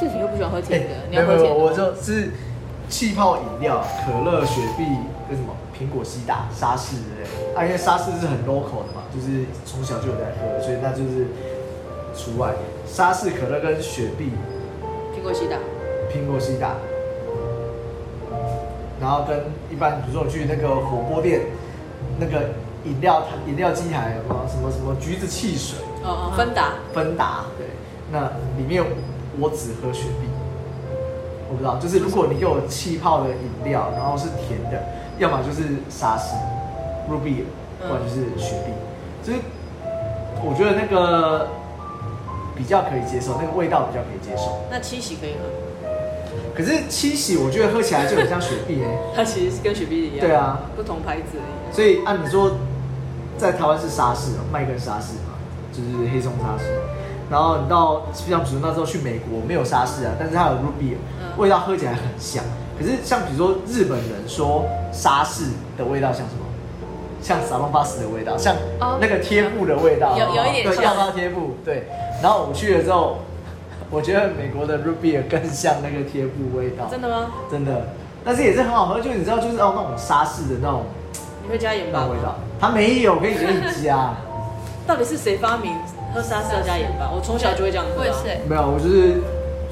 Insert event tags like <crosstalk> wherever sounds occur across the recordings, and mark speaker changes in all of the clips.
Speaker 1: 不喜欢喝
Speaker 2: 哎
Speaker 1: 甜的，你
Speaker 2: 没有
Speaker 1: 要
Speaker 2: 没
Speaker 1: 喝
Speaker 2: 有，
Speaker 1: 甜的吗。
Speaker 2: 我就是气泡饮料，可乐、雪碧跟什么苹果西打、沙士之类的。啊，因为沙士是很 local 的嘛，就是从小就有在喝，所以那就是除外。沙士、可乐跟雪碧、
Speaker 1: 苹果
Speaker 2: 嗯
Speaker 1: 西打，
Speaker 2: 苹果西打，然后跟一般，比如说我去那个火锅店，那个饮料台饮料机台有没有什么什么橘子汽水、
Speaker 1: 哦哦，芬达，
Speaker 2: 芬达，对，那里面我只喝雪碧，我不知道，就是如果你给我气泡的饮料，然后是甜的，要么就是沙士、入碧，
Speaker 1: 嗯
Speaker 2: 要么就是雪碧，就是我觉得那个比较可以接受，那个味道比较可以接受。
Speaker 1: 那七喜可以喝，
Speaker 2: 可是七喜，我觉得喝起来就很像雪碧哎、
Speaker 1: 它其实是跟雪碧一样，
Speaker 2: 对啊，
Speaker 1: 不同牌子而
Speaker 2: 所以啊按、你说，在台湾是沙士哦，麦根沙士嘛，就是黑松沙士。然后你到像比如那时候去美国没有沙士啊，但是它有 ruby，
Speaker 1: 嗯
Speaker 2: 味道喝起来很像。可是像比如说日本人说沙士的味道像什么？像撒浪巴斯的味道，像
Speaker 1: 哦
Speaker 2: 那个贴布的味道，
Speaker 1: 有
Speaker 2: 好不好
Speaker 1: 有一点
Speaker 2: 对，
Speaker 1: 像
Speaker 2: 样到贴布。对，然后我去了之后， <laughs> 我觉得美国的 ruby 更像那个贴布味道
Speaker 1: 已。，真的吗？
Speaker 2: 真的，但是也是很好喝，就是你知道，就是哦那种沙士的那种
Speaker 1: 你会加盐
Speaker 2: 那
Speaker 1: 巴
Speaker 2: 种味道
Speaker 1: 吗？，
Speaker 2: 它没有可以给你加，
Speaker 1: 到底是谁发明喝沙士要加盐巴？我从小就会这样喝啊。
Speaker 3: 我也是，
Speaker 2: <laughs> 没有，我就是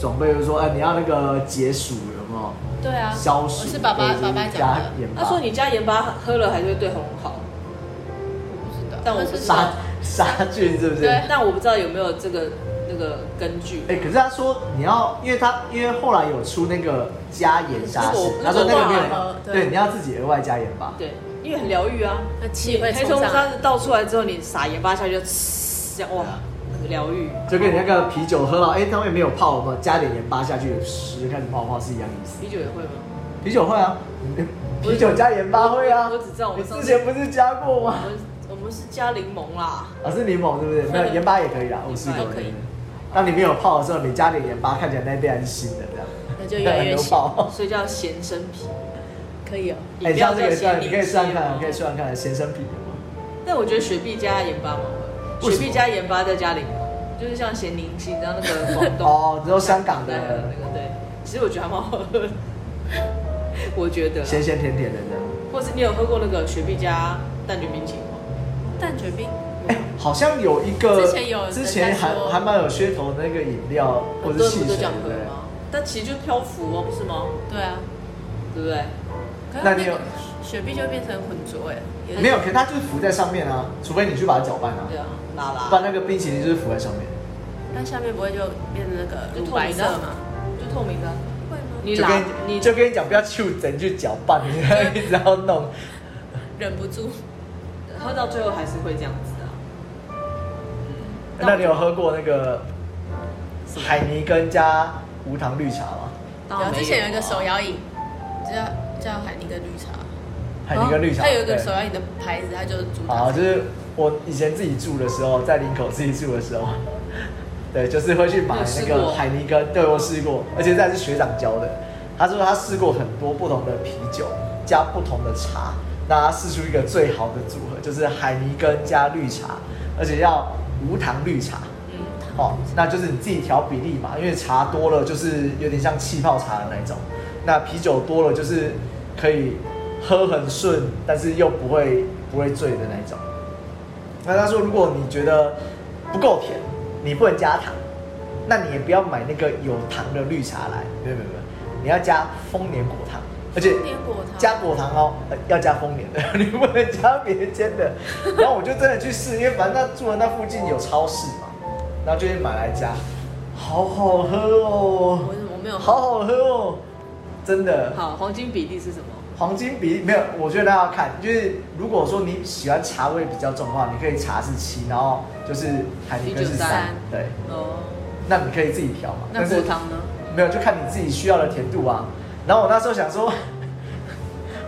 Speaker 2: 长辈就说，哎，你要那个解暑有没有？
Speaker 3: 对啊，
Speaker 2: 消
Speaker 3: 我
Speaker 2: 暑，
Speaker 3: 是爸爸
Speaker 2: 对
Speaker 3: 爸爸
Speaker 2: 就是加
Speaker 3: 讲的，
Speaker 2: 盐巴。
Speaker 1: 他说你加盐巴喝了还是会对喉咙好，
Speaker 3: 我不知道，
Speaker 1: 但我不
Speaker 3: 是
Speaker 1: 知
Speaker 2: 杀
Speaker 1: 道
Speaker 2: 杀菌是不是？
Speaker 3: 对
Speaker 2: 哎，
Speaker 1: 但我不知道有没有这个那个根据。
Speaker 2: 可是他说你要，因为他因为后来有出那个加盐沙
Speaker 1: 那个
Speaker 2: 士
Speaker 1: 我，
Speaker 2: 他说那个没有
Speaker 3: 那个我忘了，对
Speaker 2: 对，你要自己额外加盐巴。
Speaker 1: 对，因为很疗愈啊。
Speaker 3: 那气会
Speaker 1: 黑
Speaker 3: 冲
Speaker 1: 松
Speaker 3: 上
Speaker 1: 沙
Speaker 3: 来，
Speaker 1: 子倒出来之后，你撒盐巴下去，就呲这样哇，很疗愈。
Speaker 2: 就跟你那个啤酒喝到，哎，它会没有泡嘛，加点盐巴下去，噗就开始泡泡是一样意思。
Speaker 1: 啤酒也会吗？
Speaker 2: 啤酒会啊，啤酒加盐巴会啊。
Speaker 1: 我只知道我
Speaker 2: 你
Speaker 1: 们上
Speaker 2: 之
Speaker 1: 次
Speaker 2: 前不是加过吗？
Speaker 1: 我们我们是加柠檬啦，
Speaker 2: 啊，是柠檬是不是？没有盐巴也可以啦，我是
Speaker 1: 都可以。
Speaker 2: 当你没有泡的时候，你加点盐巴，看起来那一杯还是新的这样，
Speaker 3: 那就
Speaker 2: <laughs>
Speaker 3: 越来越
Speaker 2: 有
Speaker 3: 小，
Speaker 2: 泡。
Speaker 1: <laughs> 所以叫咸生啤。
Speaker 3: 可以哦。
Speaker 2: 哎，你下次可以
Speaker 1: 饮料叫咸
Speaker 2: 算，
Speaker 1: 柠
Speaker 2: 你可以试看
Speaker 1: 汁哦
Speaker 2: 看，可以试看看咸生啤。
Speaker 1: 但我觉得雪碧加盐巴蛮好喝，
Speaker 2: 为什么
Speaker 1: 雪碧加盐巴再加柠檬，就是像咸柠心，然后那个广 <laughs>
Speaker 2: <laughs>
Speaker 1: 东
Speaker 2: 哦，只有香港
Speaker 1: 对
Speaker 2: 的
Speaker 1: 那个对，其实我觉得还蛮好喝的，我觉得啦。
Speaker 2: 咸咸甜甜的这样。
Speaker 1: 或是你有喝过那个雪碧加蛋卷冰淇淋吗？
Speaker 3: 蛋卷冰，
Speaker 2: 哎，好像有一个
Speaker 3: 之前有人在
Speaker 2: 之前还
Speaker 3: 说
Speaker 2: 还蛮有噱头的那个饮料或
Speaker 3: 很
Speaker 2: 者
Speaker 3: 多
Speaker 2: 汽
Speaker 3: 人不
Speaker 2: 水，
Speaker 3: 都
Speaker 2: 对
Speaker 3: 这样
Speaker 2: 不
Speaker 3: 喝
Speaker 2: 对？
Speaker 3: 吗？
Speaker 1: 但其实就是漂浮哦，不是吗？
Speaker 3: 对啊，
Speaker 1: 对不对？
Speaker 3: 可是
Speaker 2: 那
Speaker 3: 它
Speaker 2: 你
Speaker 3: 那
Speaker 2: 有
Speaker 3: 个雪碧就会变成浑浊哎，也是
Speaker 2: 没有，可是它就是浮在上面啊，除非你去把它搅拌啊，
Speaker 1: 对啊，拉
Speaker 2: 不
Speaker 1: 拉
Speaker 2: 然那个冰淇淋就是浮在上面，
Speaker 3: 那下面不会就变成那个
Speaker 1: 就
Speaker 3: 乳
Speaker 1: 透
Speaker 3: 白
Speaker 1: 明
Speaker 3: 色
Speaker 1: 的
Speaker 3: 吗？
Speaker 1: 就透明的，
Speaker 3: 会吗？
Speaker 1: 你
Speaker 2: 就
Speaker 1: 拉
Speaker 2: 跟
Speaker 1: 你
Speaker 2: 就跟你讲不要去整去搅拌，你还一直要弄。
Speaker 3: 忍不住，
Speaker 1: 喝到最后还是会这样子啊。
Speaker 2: 那你有喝过那个海泥根加无糖绿茶吗？
Speaker 1: 当
Speaker 3: 然
Speaker 1: 然
Speaker 3: 后
Speaker 1: 没
Speaker 3: 之前有一个手
Speaker 1: 啊
Speaker 3: 摇饮，叫叫海尼跟绿茶，
Speaker 2: 海泥根绿茶，
Speaker 3: 哦它有一个
Speaker 2: 对
Speaker 3: 手摇饮的牌子，它就是主
Speaker 2: 好，啊
Speaker 3: 打
Speaker 2: 就是我以前自己住的时候，在林口自己住的时候，对，就是会去买
Speaker 1: 有试
Speaker 2: 那
Speaker 1: 过
Speaker 2: 个海泥根，对我试过，而且这还是学长教的。他说他试过很多不同的啤酒，加不同的茶，那他试出一个最好的组合，就是海泥根加绿茶，而且要无糖绿茶。
Speaker 1: 嗯，
Speaker 2: 哦，那就是你自己调比例嘛，因为茶多了就是有点像气泡茶的那一种，那啤酒多了就是可以喝很顺，但是又不会不会醉的那一种。那他说，如果你觉得不够甜，你不能加糖，那你也不要买那个有糖的绿茶来，没有没有没有，你要加丰年果糖，而且
Speaker 3: 甜果糖，
Speaker 2: 加果糖哦，呃要加丰年的， <laughs> 你不能加别间的。然后我就真的去试，因为反正那住的那附近有超市嘛，然后就去买来加，好好喝哦，
Speaker 3: 我我没有喝
Speaker 2: 好好喝哦，真的。
Speaker 1: 好，黄金比例是什么？
Speaker 2: 黄金比例没有，我觉得大家要看，就是如果说你喜欢茶味比较重的话，你可以茶是七，然后就是海尼根是
Speaker 1: 193
Speaker 2: 三，对，
Speaker 1: 哦，
Speaker 2: 那你可以自己调嘛。
Speaker 1: 那
Speaker 2: 但是
Speaker 1: 果糖呢？
Speaker 2: 没有，就看你自己需要的甜度啊。然后我那时候想说， <laughs>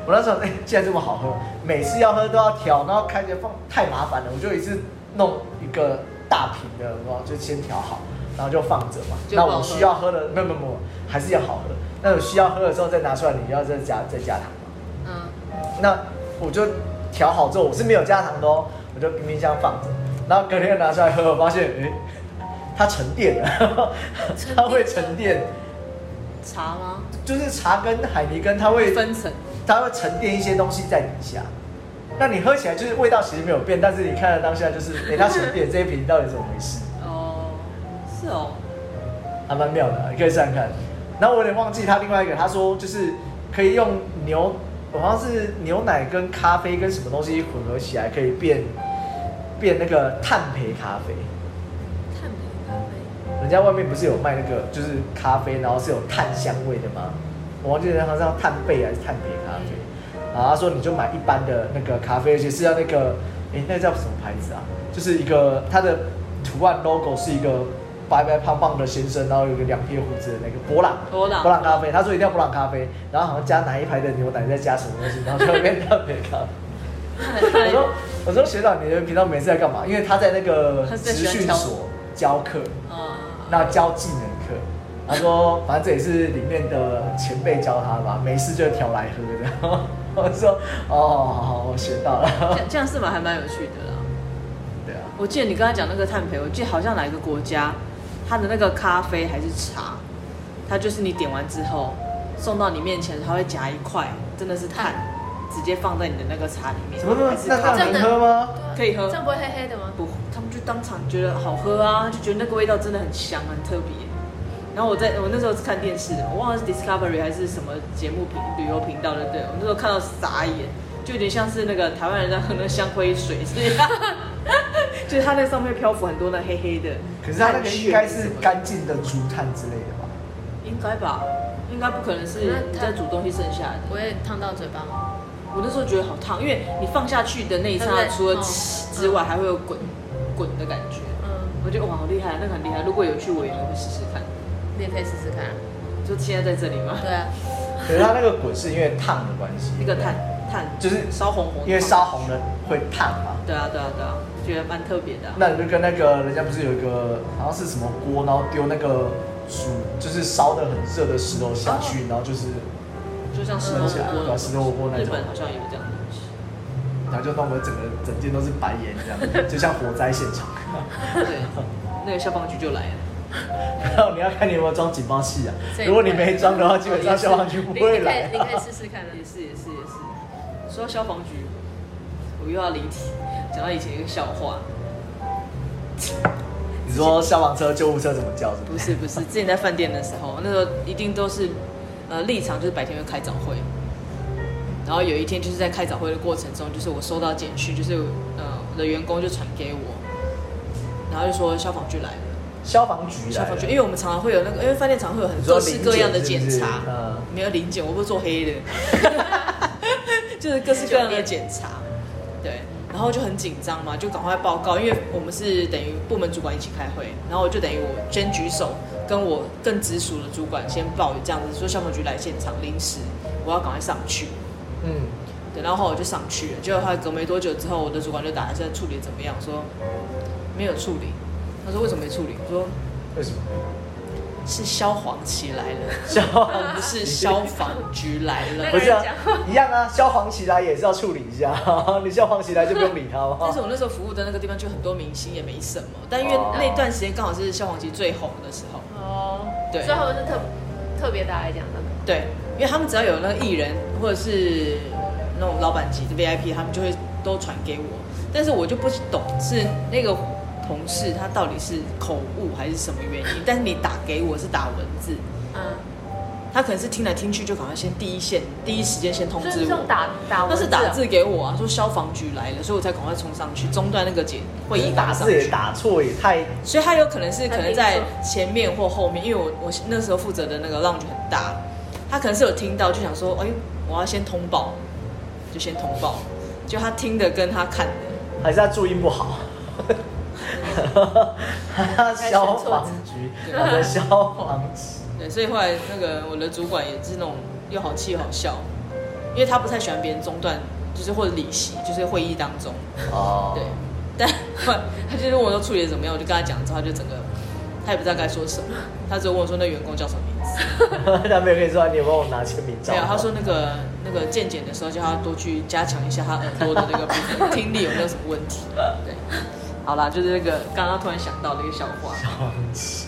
Speaker 2: 我那时候哎、既然这么好喝，每次要喝都要调，然后开着放太麻烦了，我就一次弄一个大瓶的，然后就先调好，然后就放着嘛。
Speaker 1: 就不
Speaker 2: 那
Speaker 1: 好喝
Speaker 2: 我需要喝的，没有没有没有，还是要好喝。那有需要喝的时候再拿出来，你要再加再加糖嘛。
Speaker 1: 嗯，
Speaker 2: 那我就调好之后，我是没有加糖的哦，我就冰冰箱放着。然后隔天拿出来喝，我发现哎、它沉淀了，它会沉淀。
Speaker 1: 茶吗？
Speaker 2: 就是茶跟海泥根，它会
Speaker 1: 分层，
Speaker 2: 它会沉淀一些东西在底下，那你喝起来就是味道其实没有变，但是你看了当下就是，哎、它沉淀这一瓶到底怎么回事，
Speaker 1: 哦，是
Speaker 2: <laughs>
Speaker 1: 哦，
Speaker 2: 还蛮妙的，你可以试试看。然后我有点忘记他另外一个，他说就是可以用牛，好像是牛奶跟咖啡跟什么东西混合起来，可以变变那个碳焙咖啡。
Speaker 3: 碳品咖啡，
Speaker 2: 人家外面不是有卖那个就是咖啡，然后是有碳香味的吗？我忘记了，好像叫碳焙还是碳焙咖啡。
Speaker 1: 嗯
Speaker 2: 然后他说你就买一般的那个咖啡，而且是要那个，诶，那个叫什么牌子啊？就是一个它的图案 logo 是一个白白胖胖的先生，然后有一个两撇胡子的那个博朗，
Speaker 1: 博朗
Speaker 2: 博朗咖啡。他说一定要博朗咖啡，然后好像加哪一排的牛奶，再加什么东西，然后就会变碳焙咖啡。
Speaker 1: 哎
Speaker 2: 我说我说学长，你的频道每次在干嘛？因为他在那个
Speaker 1: 他是在
Speaker 2: 职
Speaker 1: 学
Speaker 2: 训
Speaker 1: 校
Speaker 2: 所教课。
Speaker 1: 啊，
Speaker 2: 那教技能课，他说反正这也是里面的前辈教他的吧，没事就调来喝的。 <laughs> 然后我说哦，好好，我学到了。
Speaker 1: 这样这样是蛮还蛮有趣的啦。
Speaker 2: 对啊，
Speaker 1: 我记得你刚才讲那个碳焙，我记得好像哪一个国家，它的那个咖啡还是茶，它就是你点完之后送到你面前，它会夹一块，真的是碳，直接放在你的那个茶里面。
Speaker 2: 什么那
Speaker 1: 还是
Speaker 2: 那
Speaker 1: 咖
Speaker 2: 那
Speaker 1: 啡
Speaker 2: 能喝吗？
Speaker 1: 可以喝
Speaker 3: 这样不会黑黑的吗？
Speaker 1: 不，他们就当场觉得好喝啊，就觉得那个味道真的很香，很特别。然后我在我那时候是看电视，我忘了是 Discovery 还是什么节目频旅游频道的，对我那时候看到傻眼，就有点像是那个台湾人在喝那香灰水一样， <laughs> 就是它那上面漂浮很多那黑黑的。
Speaker 2: 可是它那个应该是
Speaker 1: 干，
Speaker 2: 干净的竹炭之类的吧？
Speaker 1: 应该吧？应该不可能是你在煮东西剩下的。
Speaker 3: 我也烫到嘴巴吗，
Speaker 1: 我那时候觉得好烫，因为你放下去的那一刹
Speaker 3: 对
Speaker 1: 那，
Speaker 3: 不对
Speaker 1: 除了
Speaker 3: 哦
Speaker 1: 呲之外，还会有滚滚的感觉。
Speaker 3: 嗯，
Speaker 1: 我觉得哇，好厉害，那个很厉害。如果有去，我也会试试看。
Speaker 3: 你也可以试试看啊。
Speaker 1: 就现在在这里吗？ <laughs>
Speaker 3: 对啊，
Speaker 2: 可是它那个滚是因为烫的关系，
Speaker 1: 一个碳碳
Speaker 2: 就是
Speaker 1: 烧红红的，
Speaker 2: 因为烧红了会烫嘛。
Speaker 1: 对啊对啊对啊，觉得蛮特别的啊、
Speaker 2: 那你就跟那个人家不是有一个好像是什么锅，然后丢那个煮就是烧的很热的石头下
Speaker 1: 哦
Speaker 2: 去，然后就是
Speaker 1: 就像石头火锅
Speaker 2: 对啊
Speaker 1: 的，
Speaker 2: 石头火锅那
Speaker 1: 日
Speaker 2: 种
Speaker 1: 本好像有这样的东西。
Speaker 2: 然后就弄得整个整间都是白烟这样，就像火灾现场。
Speaker 1: 对， <laughs> 那个消防局就来了，
Speaker 2: 然后你要看你有没有装警报器啊
Speaker 3: 所，以
Speaker 2: 如果你没装的话，基本上消防局不
Speaker 3: 你
Speaker 2: 会
Speaker 3: 你可
Speaker 2: 来、
Speaker 3: 以你
Speaker 2: 啊
Speaker 3: 可。以试试看啊
Speaker 1: 也是也是也是。说到消防局，我又要离题，讲到以前一个笑话，
Speaker 2: 你说消防车、救护车怎么叫是不
Speaker 1: 不
Speaker 2: 是？
Speaker 1: 是不是，之前在饭店的时候，那时候一定都是，呃，立场就是白天会开早会，然后有一天就是在开早会的过程中，就是我收到简讯，就是呃我的员工就传给我，然后就说消防局来了，
Speaker 2: 消防局来
Speaker 1: 消
Speaker 2: 了
Speaker 1: 防局，因为我们常常会有那个，因为饭店常会有很
Speaker 2: 你
Speaker 1: 多
Speaker 2: 说
Speaker 1: 各式各样的检
Speaker 2: 零检
Speaker 1: 查
Speaker 2: 是不是嗯，
Speaker 1: 没有零检，我不是做
Speaker 2: <laughs>
Speaker 1: 黑的，就是各式各样的检查，对，然后就很紧张嘛，就赶快报告，因为我们是等于部门主管一起开会，然后我就等于我先举手，跟我更直属的主管先报这样子，说消防局来现场临时，我要赶快上去，
Speaker 2: 嗯，
Speaker 1: 对，然后后来我就上去了，结果后来隔没多久之后，我的主管就打来现在处理得怎么样，说没有处理，他说为什么没处理？我说
Speaker 2: 为什么？
Speaker 1: 是消防起来了，
Speaker 2: 消 <laughs> 防
Speaker 1: 不是消防局来了。
Speaker 2: 不是啊
Speaker 3: 那个人，
Speaker 2: 一样啊，消防起来也是要处理一下， <laughs> 你消防起来就不用理他哦
Speaker 1: <laughs> 但是
Speaker 2: 嘛。
Speaker 1: 我那时候服务的那个地方就很多明星，也没什么。但因为
Speaker 2: 哦
Speaker 1: 那段时间刚好是消防局最红的时候，
Speaker 3: 哦，
Speaker 1: 对
Speaker 3: 所以他们是特特别大来讲的。
Speaker 1: 对，因为他们只要有那个艺人或者是那种老板级的 VIP，他们就会都传给我。但是我就不懂是那个同事他到底是口误还是什么原
Speaker 2: <laughs>
Speaker 1: 因。但是你打给我是打文字，
Speaker 3: 嗯，
Speaker 1: 他可能是听来听去就赶快先第一线第一时间先通
Speaker 3: 所
Speaker 1: 知
Speaker 3: 以这
Speaker 1: 我
Speaker 3: 种。打打
Speaker 1: 那
Speaker 3: 文
Speaker 1: 是
Speaker 3: 啊
Speaker 1: 打字给我啊，说消防局来了，所以我才赶快冲上去，中断那个解会议
Speaker 2: 打
Speaker 1: 上
Speaker 2: 字也
Speaker 1: 去
Speaker 2: 打错也太，
Speaker 1: 所以他有可能是
Speaker 3: 他
Speaker 1: 可能
Speaker 3: 听
Speaker 1: 在
Speaker 3: 错
Speaker 1: 前面或后面，因为我我那时候负责的那个 lounge 很大，他可能是有听到就想说，哎，我要先通报，就先通报，就他听的跟他看的，
Speaker 2: 还是他注音不好。 <laughs> 消防局，他的消防局。
Speaker 1: 对，所以后来那个我的主管也是那种又好气又好笑，因为他不太喜欢别人中断，就是或者离席，就是会议当中，
Speaker 2: 哦，
Speaker 1: 对， <laughs> 但他就是问我说处理的怎么样，我就跟他讲之后，他就整个他也不知道该说什么，他只有问我说那员工叫什么名字。
Speaker 2: <laughs> 他没有跟你说你有帮我拿签名照
Speaker 1: 没
Speaker 2: 吗。
Speaker 1: 有，他说那个那个健检的时候，叫他多去加强一下他耳朵的那个部
Speaker 2: <laughs>
Speaker 1: 分，听力有没有什么问题？对，好啦，就是那个刚刚突然想到的一个笑话。
Speaker 2: 消防局。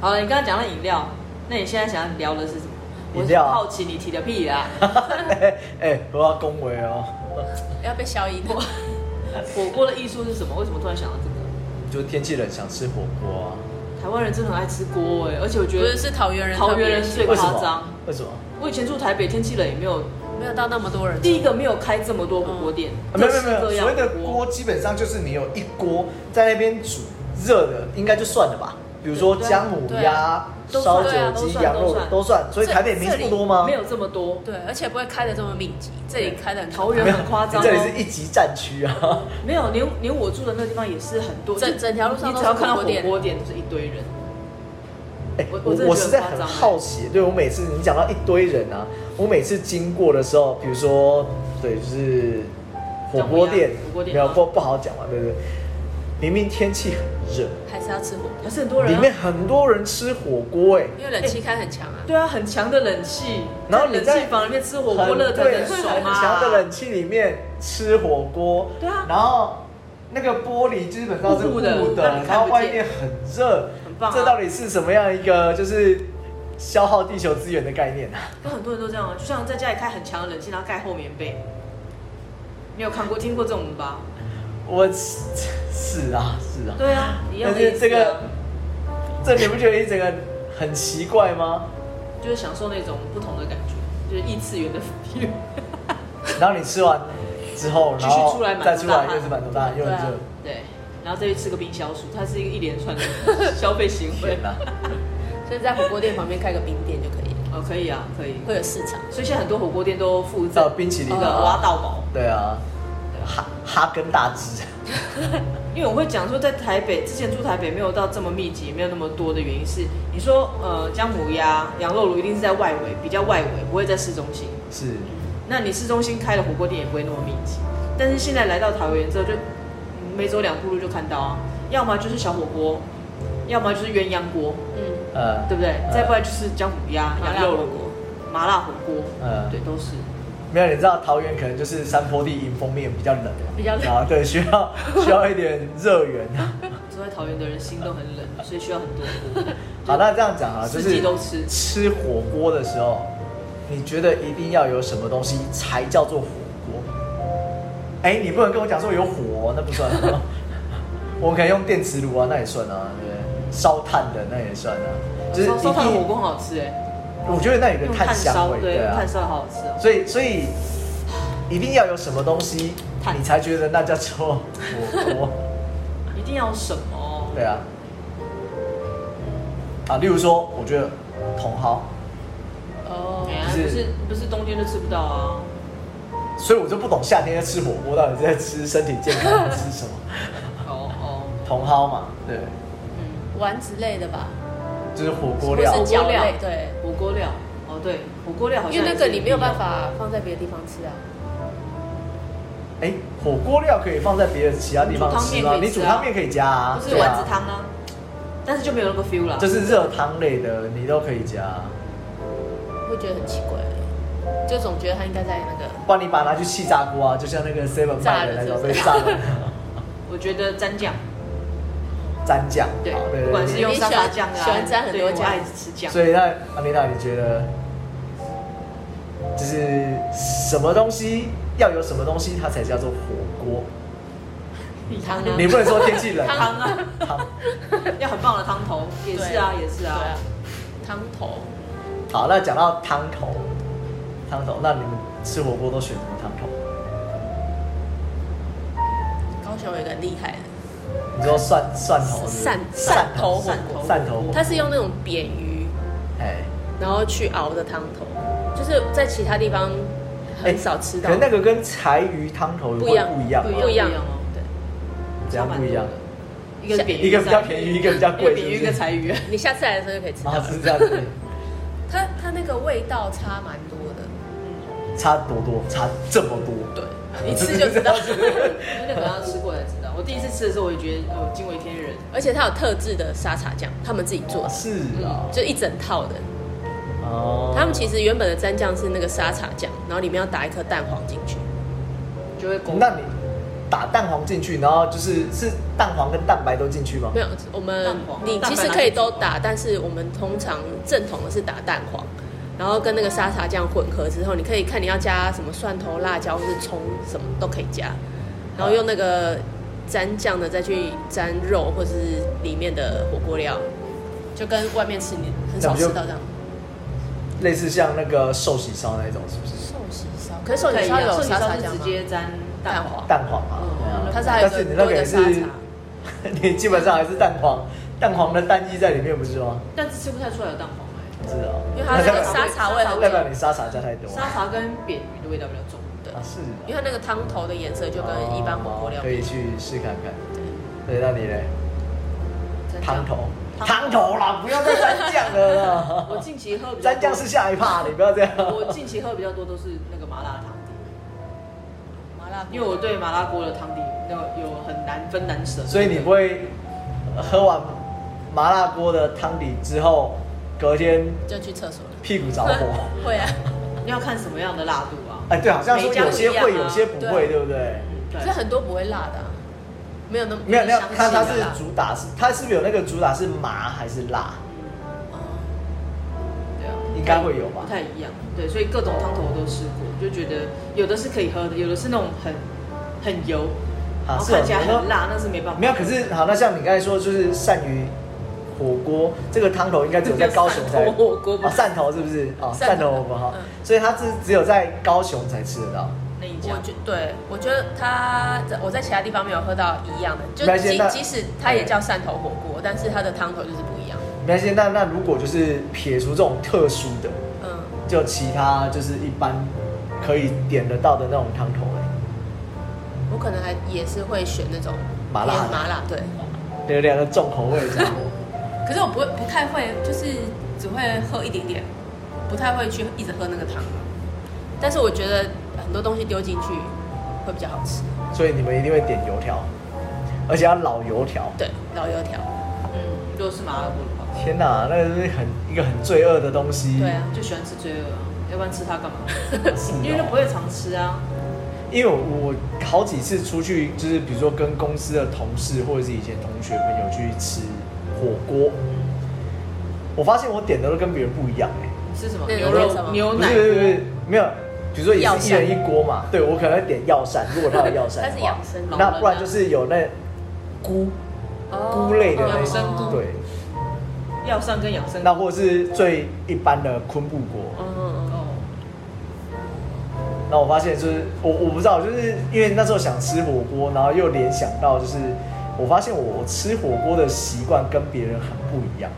Speaker 1: 好了，你刚刚讲到饮料，那你现在想要聊的是什么？我
Speaker 2: 饮
Speaker 1: 是
Speaker 2: 料啊
Speaker 1: 好奇你提的
Speaker 2: <laughs>
Speaker 1: 屁啦，
Speaker 2: <laughs> 哎、哎，我要恭维哦，
Speaker 3: 要被消音。
Speaker 1: 我火锅的艺术是什么？为什么突然想到这个？
Speaker 2: 就天气冷想吃火锅啊，台
Speaker 1: 台湾人真的很爱吃锅哎、而且我觉
Speaker 3: 不是 <laughs>
Speaker 1: 得
Speaker 3: 是桃园人特别，
Speaker 1: 桃园人最
Speaker 2: 为什
Speaker 1: 夸张
Speaker 2: 么。？为什么？
Speaker 1: 我以前住台北，天气冷也没有，
Speaker 3: 没有到那么多人。
Speaker 1: 第一个没有开这么多火锅店，
Speaker 2: 啊没有没有没
Speaker 1: 各式
Speaker 2: 有，
Speaker 1: 各
Speaker 2: 所
Speaker 1: 样
Speaker 2: 谓的
Speaker 1: 火
Speaker 2: 锅基本上就是你有一锅在那边煮热的，应该就算了吧。比如说
Speaker 1: 对
Speaker 2: 姜母
Speaker 3: 对
Speaker 2: 鸭、
Speaker 1: 都
Speaker 2: 烧酒
Speaker 1: 算对啊
Speaker 2: 鸡、
Speaker 1: 都算
Speaker 2: 羊肉
Speaker 1: 都算
Speaker 2: 都算，所以
Speaker 3: 这
Speaker 2: 台北没这么多吗？
Speaker 1: 没有这么多，
Speaker 3: 对，而且不会开的这么密集，这里开的很
Speaker 1: 桃园
Speaker 2: 没有，
Speaker 1: 很夸张哦
Speaker 2: 你这里是一级战区啊。
Speaker 1: 没有连连我住的那个地方也是很多，
Speaker 3: 整
Speaker 1: 就
Speaker 3: 整条路上
Speaker 1: 你
Speaker 3: 都
Speaker 1: 只
Speaker 3: 是
Speaker 1: 要看到火
Speaker 3: 火锅店
Speaker 1: 锅店就是一堆人，
Speaker 2: 哎
Speaker 1: 我我
Speaker 2: 我
Speaker 1: 真的
Speaker 2: 我
Speaker 1: 觉得
Speaker 2: 实在
Speaker 1: 很夸
Speaker 2: 很
Speaker 1: 张哎
Speaker 2: 好奇，对我每次你讲到一堆人啊，我每次经过的时候，比如说对，就是火锅店，
Speaker 1: 火锅店
Speaker 2: 没有
Speaker 1: 啊
Speaker 2: 不不好讲嘛，对不对？明明天气很热，
Speaker 3: 还是要吃火锅，
Speaker 1: 还是很多人、
Speaker 2: 里
Speaker 1: 啊。
Speaker 2: 面很多人吃火锅、哎，
Speaker 3: 因为冷气开很强
Speaker 1: <laughs>
Speaker 3: 啊。
Speaker 1: 对啊，很强的冷气，
Speaker 2: 然后你
Speaker 1: 冷
Speaker 2: 在
Speaker 1: 气房里面吃火
Speaker 2: 很
Speaker 1: 锅，乐
Speaker 2: 对
Speaker 1: 得很爽啊。
Speaker 2: 很强的冷气里面吃火锅，
Speaker 1: 对啊
Speaker 2: 然后那个玻璃基本上是
Speaker 1: 雾
Speaker 2: 雾
Speaker 1: 雾的
Speaker 2: 的，
Speaker 1: 让你看不见
Speaker 2: 然后外面很热，
Speaker 1: 很棒啊
Speaker 2: 这到底是什么样一个就是消耗地球资源的概念啊？
Speaker 1: 有很多人都这样啊，就像在家里开很强的冷气，然后盖厚棉被。你有看过、听过这种吧？
Speaker 2: 我是啊是啊，
Speaker 1: 对啊，一样的
Speaker 2: 但是
Speaker 1: 意思啊
Speaker 2: 这个这你不觉得一整个很奇怪吗？
Speaker 1: 就是享受那种不同的感觉，就是异次元的 <laughs> feel。
Speaker 2: 然后你吃完之后，
Speaker 1: 继续
Speaker 2: 然后
Speaker 1: 出来满头
Speaker 2: 再出来
Speaker 1: 大汗
Speaker 2: 又是满头大汗，又很
Speaker 3: 对啊
Speaker 2: 热，
Speaker 1: 对，然后再去吃个冰消暑，它是一个一连串的消费行
Speaker 2: <laughs>
Speaker 1: 为
Speaker 2: 天。哪！
Speaker 3: 所以在火锅店旁边开个冰店就可以了，
Speaker 1: 哦，可以啊，可以。
Speaker 3: 会有市场。
Speaker 1: 所以现在很多火锅店都附
Speaker 2: 到
Speaker 1: 赠
Speaker 2: 冰淇淋
Speaker 1: 那
Speaker 2: 的
Speaker 1: 个挖到宝。
Speaker 2: 对啊，哈哈根大汁。
Speaker 1: 因为我会讲说，在台北之前住台北没有到这么密集，没有那么多的原因是，你说呃姜母鸭、羊肉炉一定是在外围，比较外围，不会在市中心。
Speaker 2: 是，
Speaker 1: 那你市中心开的火锅店也不会那么密集。但是现在来到桃园之后就，每走两步路就看到啊，要么就是小火锅，要么就是鸳鸯锅，
Speaker 3: 嗯，
Speaker 2: 呃，
Speaker 1: 对不对？
Speaker 2: 嗯
Speaker 1: 再不然就是姜母鸭、
Speaker 3: 麻
Speaker 1: 羊
Speaker 3: 辣
Speaker 1: 肉
Speaker 3: 火
Speaker 1: 炉、
Speaker 3: 锅，
Speaker 1: 麻辣火锅，
Speaker 2: 嗯
Speaker 1: 对，都是。
Speaker 2: 没有，你知道桃园可能就是山坡地迎风面比较冷嘛，
Speaker 3: 比较冷
Speaker 2: 啊，对，需要需要一点热源。啊
Speaker 1: 住在桃园的人心都很冷，所以需要很多锅。
Speaker 2: 好，那这样讲啊，就
Speaker 1: 四
Speaker 2: 是
Speaker 1: 季都吃
Speaker 2: 吃火锅的时候，你觉得一定要有什么东西才叫做火锅？哎，你不能跟我讲说有火哦、那不算、
Speaker 1: <laughs>
Speaker 2: 啊。我们可以用电磁炉啊，那也算啊，对不对？烧炭的那也算啊，就是
Speaker 1: 烧烧
Speaker 2: 一定
Speaker 1: 炭火锅很好吃哎，
Speaker 2: 我觉得那有个
Speaker 1: 用
Speaker 2: 炭
Speaker 1: 炭
Speaker 2: 香
Speaker 1: 烧
Speaker 2: 味，
Speaker 1: 对，
Speaker 2: 对
Speaker 1: 用
Speaker 2: 啊
Speaker 1: 炭。烧好好吃哦。
Speaker 2: 所以所以一定要有什么东西，
Speaker 1: 碳
Speaker 2: 你才觉得那叫做火锅，
Speaker 1: 一定要什么？哦
Speaker 2: 对啊。啊，例如说，我觉得茼蒿，
Speaker 1: 哎
Speaker 3: 哦，
Speaker 1: 呀，
Speaker 2: 就是
Speaker 1: 不是不是冬天就吃不到啊。
Speaker 2: 所以我就不懂夏天在吃火锅到底是在吃身体健康还是吃什么？
Speaker 1: 哦哦，
Speaker 2: 茼蒿嘛，对，
Speaker 1: 嗯，
Speaker 3: 丸子类的吧，
Speaker 2: 就是火锅
Speaker 3: 或
Speaker 2: 料
Speaker 3: 是。饺
Speaker 1: 火锅料
Speaker 3: 类，对，
Speaker 1: 火锅料，哦对，火锅料好像
Speaker 3: 因为那个
Speaker 1: 也是
Speaker 3: 你没有办法放在别的地方吃啊。
Speaker 2: 哎，火锅料可以放在别的其他地方吃吗？
Speaker 1: 你
Speaker 2: 你
Speaker 1: 煮
Speaker 2: 煮
Speaker 1: 汤
Speaker 2: 汤面
Speaker 1: 面
Speaker 2: 可以加
Speaker 1: 不
Speaker 2: 啊，
Speaker 1: 是
Speaker 2: 对啊
Speaker 1: 丸子，汤啊，但是就没有那个 feel 了。
Speaker 2: 就是热汤类的，你都可以加啊。
Speaker 3: 会觉得很奇怪，就总觉得它应该在那个
Speaker 2: 不然你把它拿去气炸锅啊，就像那个 seven 卖的那种
Speaker 3: 炸的
Speaker 2: 被
Speaker 3: 是
Speaker 2: 炸的
Speaker 1: <laughs> 我觉得蘸酱，
Speaker 2: 蘸酱，啊
Speaker 1: 对
Speaker 2: 好，
Speaker 1: 不管是用
Speaker 3: 你喜
Speaker 1: 沙
Speaker 3: 欢
Speaker 1: 茶酱啊，
Speaker 3: 喜欢蘸很
Speaker 1: 对
Speaker 3: 多
Speaker 1: 我
Speaker 3: 酱
Speaker 1: 爱吃酱。
Speaker 2: 所以那阿丽娜，你觉得就是什么东西要有什么东西，它才叫做火锅？
Speaker 3: 汤啊，
Speaker 2: 你不能说天气冷
Speaker 1: 汤啊，
Speaker 2: 汤。
Speaker 1: <laughs> 要很棒的汤头，也是啊，也是
Speaker 3: 对
Speaker 1: 啊
Speaker 3: 啊。，汤头，
Speaker 2: 好，那讲到汤头，汤头，那你们吃火锅都选什么汤头？
Speaker 3: 高雄有一个很厉害的，
Speaker 2: 你说蒜蒜头是不是
Speaker 3: 汕汕头火锅，
Speaker 2: 汕头火锅
Speaker 3: 它是用那种扁鱼，
Speaker 2: 哎，
Speaker 3: 然后去熬的汤头，就是在其他地方很少吃
Speaker 2: 哎可
Speaker 3: 到，
Speaker 2: 能那个跟柴鱼汤头
Speaker 3: 不一样，
Speaker 2: 不一样吗，啊
Speaker 3: 不一样
Speaker 1: 不一样哦
Speaker 3: 对，
Speaker 2: 怎样不一样？
Speaker 1: 一个是扁鱼，
Speaker 2: 一个比较便宜，一个比较
Speaker 1: 一个
Speaker 2: 贵，是
Speaker 1: 扁
Speaker 2: 不
Speaker 1: 鱼，
Speaker 2: 是
Speaker 1: 一个柴 <laughs> 鱼。
Speaker 3: 你下次来的时候就可以吃到
Speaker 2: 啊，
Speaker 3: 了。
Speaker 2: 是这样子，
Speaker 3: 它它那个味道差蛮多的，
Speaker 1: 嗯
Speaker 2: 差多多，差这么多，对，
Speaker 3: 一吃就
Speaker 2: <laughs>
Speaker 3: 知道。
Speaker 1: 那个要吃过才知道。我第一次吃的时候，我也觉得我惊为天人。
Speaker 3: 而且它有特制的沙茶酱，他们自己做的，
Speaker 2: 是啊，
Speaker 3: 嗯就一整套的。
Speaker 2: 哦，
Speaker 3: 他们其实原本的蘸酱是那个沙茶酱，然后里面要打一颗蛋黄进去。
Speaker 1: 就会拱。
Speaker 2: 那你打蛋黄进去，然后就是是蛋黄跟蛋白都进去吗？
Speaker 3: 没有，我们
Speaker 1: 蛋黄
Speaker 3: 你其实可以都打，但是我们通常正统的是打蛋黄，然后跟那个沙茶酱混合之后，你可以看你要加什么蒜头、辣椒或是葱，什么都可以加，然后用那个沾酱的再去沾肉或是里面的火锅料，就跟外面吃你很少吃到这样。
Speaker 2: 类似像那个寿喜烧那一种，是不是？
Speaker 3: 寿喜烧，可是寿喜烧有
Speaker 1: 寿喜
Speaker 3: 沙
Speaker 1: 烧
Speaker 3: 茶
Speaker 1: 是
Speaker 3: 酱
Speaker 1: 直
Speaker 3: 吗？
Speaker 1: 接沾蛋
Speaker 3: 蛋
Speaker 1: 黄，
Speaker 3: 黄，
Speaker 2: 蛋黄啊，
Speaker 1: 嗯
Speaker 3: 它是还有一
Speaker 2: 但是你
Speaker 3: 个
Speaker 2: 那个
Speaker 3: 多一
Speaker 2: 也
Speaker 3: 个
Speaker 2: 是
Speaker 3: 沙茶。
Speaker 2: <laughs> 你基本上还是蛋黄，蛋黄的蛋液在里面不是吗？
Speaker 1: 但是吃不太出来有蛋黄哎、
Speaker 2: 不是啊，
Speaker 3: 因为它那个沙茶味
Speaker 2: <laughs>
Speaker 3: 很
Speaker 2: 代
Speaker 3: 重，
Speaker 2: 表你沙茶加太多
Speaker 1: 沙茶跟扁鱼的味道比较重。
Speaker 3: 对
Speaker 2: 啊，，是啊
Speaker 3: 因为它那个汤头的颜色就跟一般火锅
Speaker 2: 哦
Speaker 3: 料
Speaker 2: 可
Speaker 3: 不一
Speaker 2: 以
Speaker 3: 样。
Speaker 2: 去试看看。对，那你嘞？
Speaker 1: 蘸酱
Speaker 2: 汤头，汤
Speaker 1: 汤。
Speaker 2: 头啦，不要再蘸酱了啦
Speaker 3: <laughs>
Speaker 1: 我近期喝比较
Speaker 2: 蘸
Speaker 1: 多
Speaker 2: 酱是下一趴，你不要这样。
Speaker 1: 我近期喝比较多都是那个麻辣汤底，
Speaker 3: 麻辣锅，
Speaker 1: 因为我对麻辣锅的汤底有有很难分难舍，
Speaker 2: 所以你不会喝完麻辣锅的汤底之后，隔天
Speaker 3: 就去厕所了。
Speaker 2: 屁股着火。
Speaker 3: <laughs> 会啊，
Speaker 1: 你要看什么样的辣度啊？
Speaker 2: 哎，对，好像说有些
Speaker 1: 每家不
Speaker 2: 会，
Speaker 1: 一样
Speaker 2: 有
Speaker 1: 啊
Speaker 2: 些不会，对不对？
Speaker 1: 对
Speaker 3: 所以，很多不会辣的啊、没有那么
Speaker 2: 没有，没有
Speaker 3: 香，气
Speaker 2: 看它
Speaker 3: 的
Speaker 2: 是
Speaker 3: 辣
Speaker 2: 主打是，它是不是有那个主打是麻还是辣？
Speaker 3: 哦
Speaker 1: 对啊，
Speaker 2: 应该会有吧
Speaker 1: 不太一样，对，所以各种汤头我都试过，就觉得有的是可以喝的，有的是那种很很油，然
Speaker 2: 啊，
Speaker 1: 后
Speaker 2: 是有
Speaker 1: 哦看起来很辣，那是没办法。
Speaker 2: 没有，可是好，那像你刚才说，就是鳝鱼火锅这个汤头，应该只有在高雄才
Speaker 1: 汕头火锅不
Speaker 2: 啊，
Speaker 1: 是
Speaker 2: 汕头是不是？哦，
Speaker 3: 汕头
Speaker 2: 汕头火锅哈
Speaker 3: 嗯，
Speaker 2: 所以它是只有在高雄才吃得到。
Speaker 1: 那一家
Speaker 3: 我，觉对，我觉得它在我在其他地方没有喝到一样的，就
Speaker 2: 没关系
Speaker 3: 即
Speaker 2: 那
Speaker 3: 即使它也叫汕头火锅，但是它的汤头就是不一样。
Speaker 2: 没关系，那那如果就是撇除这种特殊的，
Speaker 3: 嗯，
Speaker 2: 就其他就是一般可以点得到的那种汤头、欸，
Speaker 3: 我可能还也是会选那种
Speaker 2: 麻辣的
Speaker 3: 麻辣对，
Speaker 2: 有两个重口味这样。
Speaker 3: 可是我不会不太会，就是只会喝一点点，不太会去一直喝那个汤。但是我觉得很多东西丢进去会比较好吃。
Speaker 2: 所以你们一定会点油条，而且要老油条。
Speaker 3: 对，老油条，
Speaker 1: 嗯，如果是麻辣锅的话，
Speaker 2: 天哪，那个是很一个很罪恶的东西。
Speaker 3: 对啊，
Speaker 1: 就喜欢吃罪恶啊，要不然吃它干嘛？
Speaker 2: 是
Speaker 1: 因为就
Speaker 2: 哦
Speaker 1: 不会常吃啊。
Speaker 2: 因为我我好几次出去，就是比如说跟公司的同事或者是以前同学朋友去吃火锅，
Speaker 3: 嗯
Speaker 2: 我发现我点的都跟别人不一样哎、
Speaker 1: 吃什么
Speaker 3: 那个
Speaker 1: 牛
Speaker 3: 叫什
Speaker 1: 肉
Speaker 3: 么
Speaker 1: 牛
Speaker 2: 不
Speaker 1: 奶
Speaker 2: 是不是不是没有，比如说也
Speaker 3: 药
Speaker 2: 是一
Speaker 3: 膳
Speaker 2: 人一锅嘛，对我可能会点药
Speaker 3: <laughs>
Speaker 2: 膳，如果他有药膳
Speaker 3: 它
Speaker 2: 的
Speaker 3: 是
Speaker 2: 话
Speaker 3: 养生，老
Speaker 2: 那
Speaker 1: 人
Speaker 2: 不然
Speaker 1: 啊
Speaker 2: 就是有那菇菇类的那
Speaker 1: 养
Speaker 2: 些
Speaker 1: 生
Speaker 3: 哦
Speaker 1: 菇，
Speaker 2: 对，
Speaker 1: 药膳跟养生
Speaker 2: 那或者是最一般的昆布锅，
Speaker 3: 嗯嗯
Speaker 1: 哦，
Speaker 2: 那我发现就是我我不知道，就是因为那时候想吃火锅，然后又联想到就是我发现我吃火锅的习惯跟别人很不一样。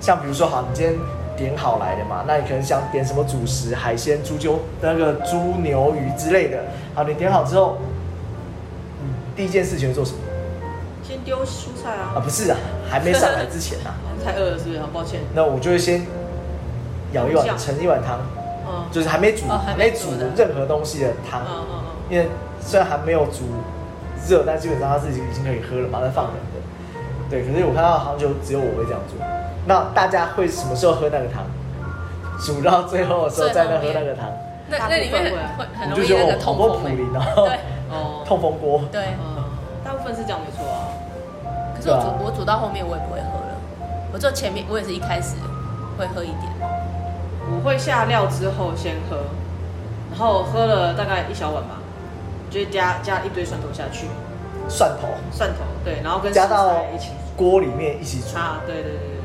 Speaker 2: 像比如说，好，你今天点好来的嘛，那你可能想点什么主食，海鲜、猪鸠那个猪牛鱼之类的。好，你点好之后，嗯，第一件事情会做什么
Speaker 1: 先丢蔬菜啊
Speaker 2: 啊？，不是啊，还没上来之前啊，
Speaker 1: 太饿了是不是？好抱歉，
Speaker 2: 那我就会先舀一碗
Speaker 1: 酱
Speaker 2: 盛一碗汤，
Speaker 1: 嗯，
Speaker 2: 就是还没煮、
Speaker 3: 哦还
Speaker 2: 还
Speaker 3: 没
Speaker 2: 没煮
Speaker 3: 煮的哦
Speaker 2: 任何东西的汤。
Speaker 1: 嗯嗯嗯。
Speaker 2: 因为虽然还没有煮热，但基本上它是已经可以喝了嘛，那放冷的。对，可是我看到好像就只有我会这样做。那大家会什么时候喝那个汤？煮到最后的时候
Speaker 3: 最后
Speaker 2: 再来喝那
Speaker 3: 面
Speaker 2: 个汤，
Speaker 3: 那
Speaker 1: 大部
Speaker 3: 那
Speaker 1: 分
Speaker 3: 里面
Speaker 1: 会啊
Speaker 3: 很会 <laughs> 很
Speaker 2: 我
Speaker 3: 容
Speaker 2: 就
Speaker 3: 易
Speaker 2: 觉
Speaker 3: 那
Speaker 2: 得
Speaker 3: 个
Speaker 2: 我好
Speaker 3: 痛
Speaker 2: 多
Speaker 3: 风、
Speaker 2: 普
Speaker 3: 欸，
Speaker 2: 林哦，
Speaker 3: 对
Speaker 1: 哦，
Speaker 2: <laughs> 痛风锅。
Speaker 3: 对。
Speaker 1: 嗯，大部分是这样没错啊。
Speaker 3: 可是我
Speaker 2: 对啊
Speaker 3: 煮我煮到后面我也不会喝了，我做前面我也是一开始会喝一点，
Speaker 1: 我会下料之后先喝，然后喝了大概一小碗吧，就加加一堆蒜头下去，
Speaker 2: 蒜头
Speaker 1: 蒜头对，然后跟
Speaker 2: 加
Speaker 1: 食
Speaker 2: 到
Speaker 1: 材一起煮
Speaker 2: 锅里面一起煮。
Speaker 1: 啊，对对对对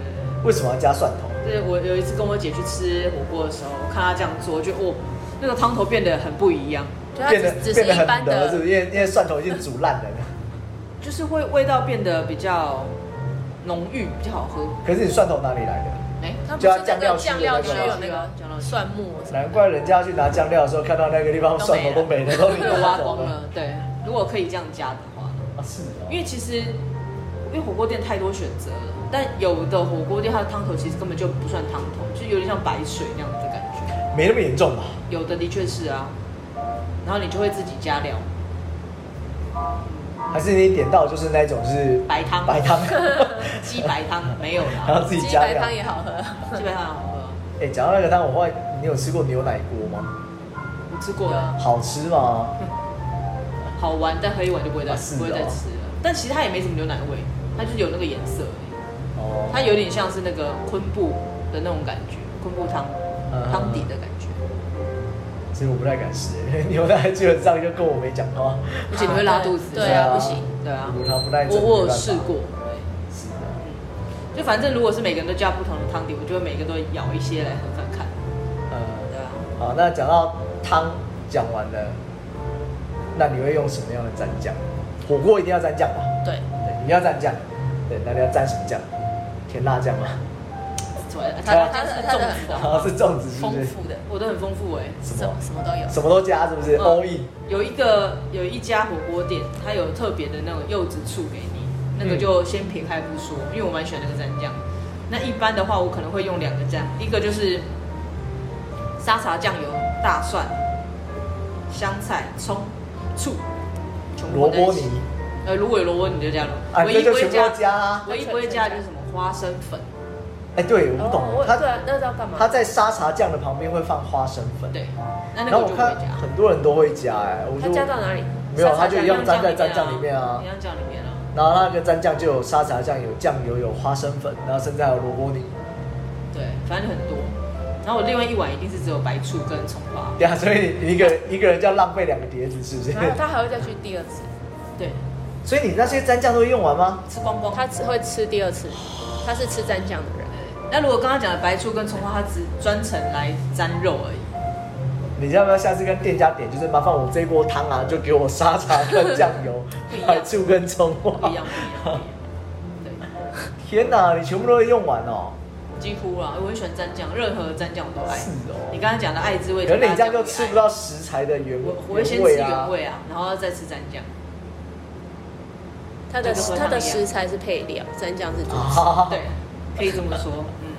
Speaker 2: 为什么要加蒜头？
Speaker 1: 对对。就是我有一次跟我姐去吃火锅的时候，我看她这样做，就哦，那个汤头变得很不一样，
Speaker 3: 就它
Speaker 2: 变得
Speaker 3: 啊只只是
Speaker 2: 变得
Speaker 3: 一
Speaker 2: 很
Speaker 3: 般
Speaker 2: 得，是不
Speaker 3: 的，
Speaker 2: 是？因为因为蒜头已经煮烂了。 <laughs>
Speaker 1: 就是会味道变得比较浓郁，比较好喝。
Speaker 2: 可是你蒜头哪里来的？
Speaker 1: 哎，
Speaker 3: 它不
Speaker 2: 就是要酱料
Speaker 3: 那个
Speaker 2: 区
Speaker 3: 酱料
Speaker 2: 的
Speaker 3: 区
Speaker 2: 那个
Speaker 3: 有那个
Speaker 1: 酱料区
Speaker 3: 蒜末什么
Speaker 2: 难怪人家去拿酱料的时候，看到那个地方
Speaker 3: 都没
Speaker 2: 蒜头都
Speaker 3: 了
Speaker 2: 没了，都已经
Speaker 1: 被挖
Speaker 2: 拿走
Speaker 1: 光。
Speaker 3: <laughs>
Speaker 1: 了。对，如果可以这样加的话，
Speaker 2: 啊，是哦。
Speaker 1: 因为其实因为火锅店太多选择了，但有的火锅店它的汤头其实根本就不算汤头，就有点像白水那样子的感觉。
Speaker 2: 没那么严重吧？
Speaker 1: 有的的确是啊，然后你就会自己加料，
Speaker 2: 还是你点到就是那种就是
Speaker 1: 白汤
Speaker 2: 白汤，
Speaker 1: <laughs> 鸡白汤没有
Speaker 2: <laughs> 然
Speaker 1: 啦，
Speaker 2: 后自己
Speaker 3: 鸡
Speaker 2: 加
Speaker 3: 白
Speaker 2: 料
Speaker 3: 汤。也好喝， <laughs>
Speaker 1: 鸡白汤好喝，
Speaker 2: 哎，讲到那个汤，我后来你有吃过牛奶锅吗？
Speaker 1: <laughs> 我吃过了，
Speaker 2: 好吃吗？
Speaker 1: 好玩，但喝一碗就不会再、
Speaker 2: 啊是哦
Speaker 1: 不会再吃了。但其实它也没什么牛奶味，它就是有那个颜色而
Speaker 2: 哦
Speaker 1: 已，它有点像是那个昆布的那种感觉，昆布汤
Speaker 2: 嗯
Speaker 1: 汤底的感觉，
Speaker 2: 其实我不太敢吃， <laughs> 因为牛奶基本上就跟我没讲话。
Speaker 1: 而且你会拉肚子。
Speaker 3: 对啊不行
Speaker 1: 对啊
Speaker 2: 乳糖不耐
Speaker 1: 我
Speaker 2: 症。
Speaker 1: 我
Speaker 2: 没
Speaker 1: 有
Speaker 2: 办法
Speaker 1: 试过，对，
Speaker 2: 是的
Speaker 1: 就反正如果是每个人都加不同的汤底，我就会每个都舀一些来喝看看，对
Speaker 2: 呃，
Speaker 1: 啊。
Speaker 2: 好，那讲到汤讲完了，那你会用什么样的蘸酱？火锅一定要蘸酱吧？
Speaker 3: 对，
Speaker 2: 对，一定要蘸酱。对，那你要蘸什么酱？甜辣酱吗？
Speaker 1: 它它它是粽子的，
Speaker 2: <laughs> 啊，是粽子是
Speaker 3: 丰
Speaker 2: 不是？
Speaker 3: 富的，
Speaker 1: 我都很丰富哎、
Speaker 2: 什
Speaker 3: 什
Speaker 2: 么
Speaker 3: 么什么都有。
Speaker 2: 什么都加是不是
Speaker 1: 嗯
Speaker 2: ？all in。
Speaker 1: 有一个有一家火锅店，它有特别的那种柚子醋给你，那个
Speaker 2: 嗯
Speaker 1: 就先撇开不说，因为我蛮喜欢那个蘸酱。那一般的话，我可能会用两个酱，一个就是沙茶酱油、大蒜、香菜、葱、醋，全部
Speaker 2: 萝
Speaker 1: 混在一
Speaker 2: 卜
Speaker 1: 起
Speaker 2: 泥。
Speaker 1: 呃，如果有萝卜你就加
Speaker 2: 啊，
Speaker 1: 萝，唯
Speaker 2: 这
Speaker 1: 一
Speaker 2: 就
Speaker 1: 不会
Speaker 2: 全部都
Speaker 1: 加，
Speaker 2: 加啊！
Speaker 1: 唯一不会加的就是什么花生粉，
Speaker 2: 哎，对，我不
Speaker 3: 我
Speaker 1: 哦
Speaker 2: 懂，
Speaker 3: 对
Speaker 2: 他
Speaker 3: 啊，那是要干嘛？
Speaker 2: 他在沙茶酱的旁边会放花生粉，
Speaker 1: 对，那
Speaker 2: 然
Speaker 1: 那个
Speaker 2: 后
Speaker 1: 我就
Speaker 2: 我
Speaker 1: 不会
Speaker 2: 看
Speaker 1: 加。
Speaker 2: 很多人都会加，哎，我
Speaker 3: 他
Speaker 2: 就
Speaker 3: 加到哪里？
Speaker 2: 没有，他
Speaker 3: 沙茶
Speaker 2: 就一
Speaker 3: 酱
Speaker 2: 样
Speaker 1: 酱
Speaker 2: 沾在蘸酱里面啊
Speaker 1: 一。样酱里面啊。
Speaker 2: 然后那个蘸酱就有沙茶酱，有酱油，有花生粉，然后甚至还有萝卜泥。
Speaker 1: 对，反正很多。然后我另外一碗一定是只有白醋跟葱花。
Speaker 2: 对啊，所以你一个一个人就要浪费两个碟子，是不是？ <laughs>
Speaker 1: 啊
Speaker 3: 然后他还会再去第二次，
Speaker 1: 对，
Speaker 2: 所以你那些蘸酱都会用完吗？
Speaker 1: 吃光光。
Speaker 3: 他只会吃第二次，他是吃蘸酱的人。
Speaker 1: 那如果刚刚讲的白醋跟葱花，它只专程来沾肉
Speaker 2: <laughs>
Speaker 1: 而已。
Speaker 2: 你要不要下次跟店家点，就是麻烦我这锅汤啊，就给我沙茶跟酱油
Speaker 1: <laughs> 不一、样
Speaker 2: 白醋跟葱
Speaker 1: 不
Speaker 2: 花
Speaker 1: 一。样，不一样，不一样。
Speaker 2: 天哪，你全部都会用完哦！
Speaker 1: 对，几乎啦。我很喜欢蘸酱，任何蘸酱我都爱
Speaker 2: 是。哦
Speaker 1: 你刚刚讲的爱滋味，
Speaker 2: 可是你
Speaker 1: 辣
Speaker 2: 这
Speaker 1: 酱
Speaker 2: 样就吃不
Speaker 1: 我也爱。
Speaker 2: 到食材的原
Speaker 1: 我我会先
Speaker 2: 原
Speaker 1: 吃
Speaker 2: 味啊
Speaker 1: 原。味啊，然后再吃蘸酱。
Speaker 3: 他的
Speaker 1: 就跟
Speaker 3: 他
Speaker 1: 他
Speaker 3: 的
Speaker 1: 一样
Speaker 3: 食材是配料，蘸酱是主食。
Speaker 2: 啊，
Speaker 1: 对，可以这么说。嗯嗯，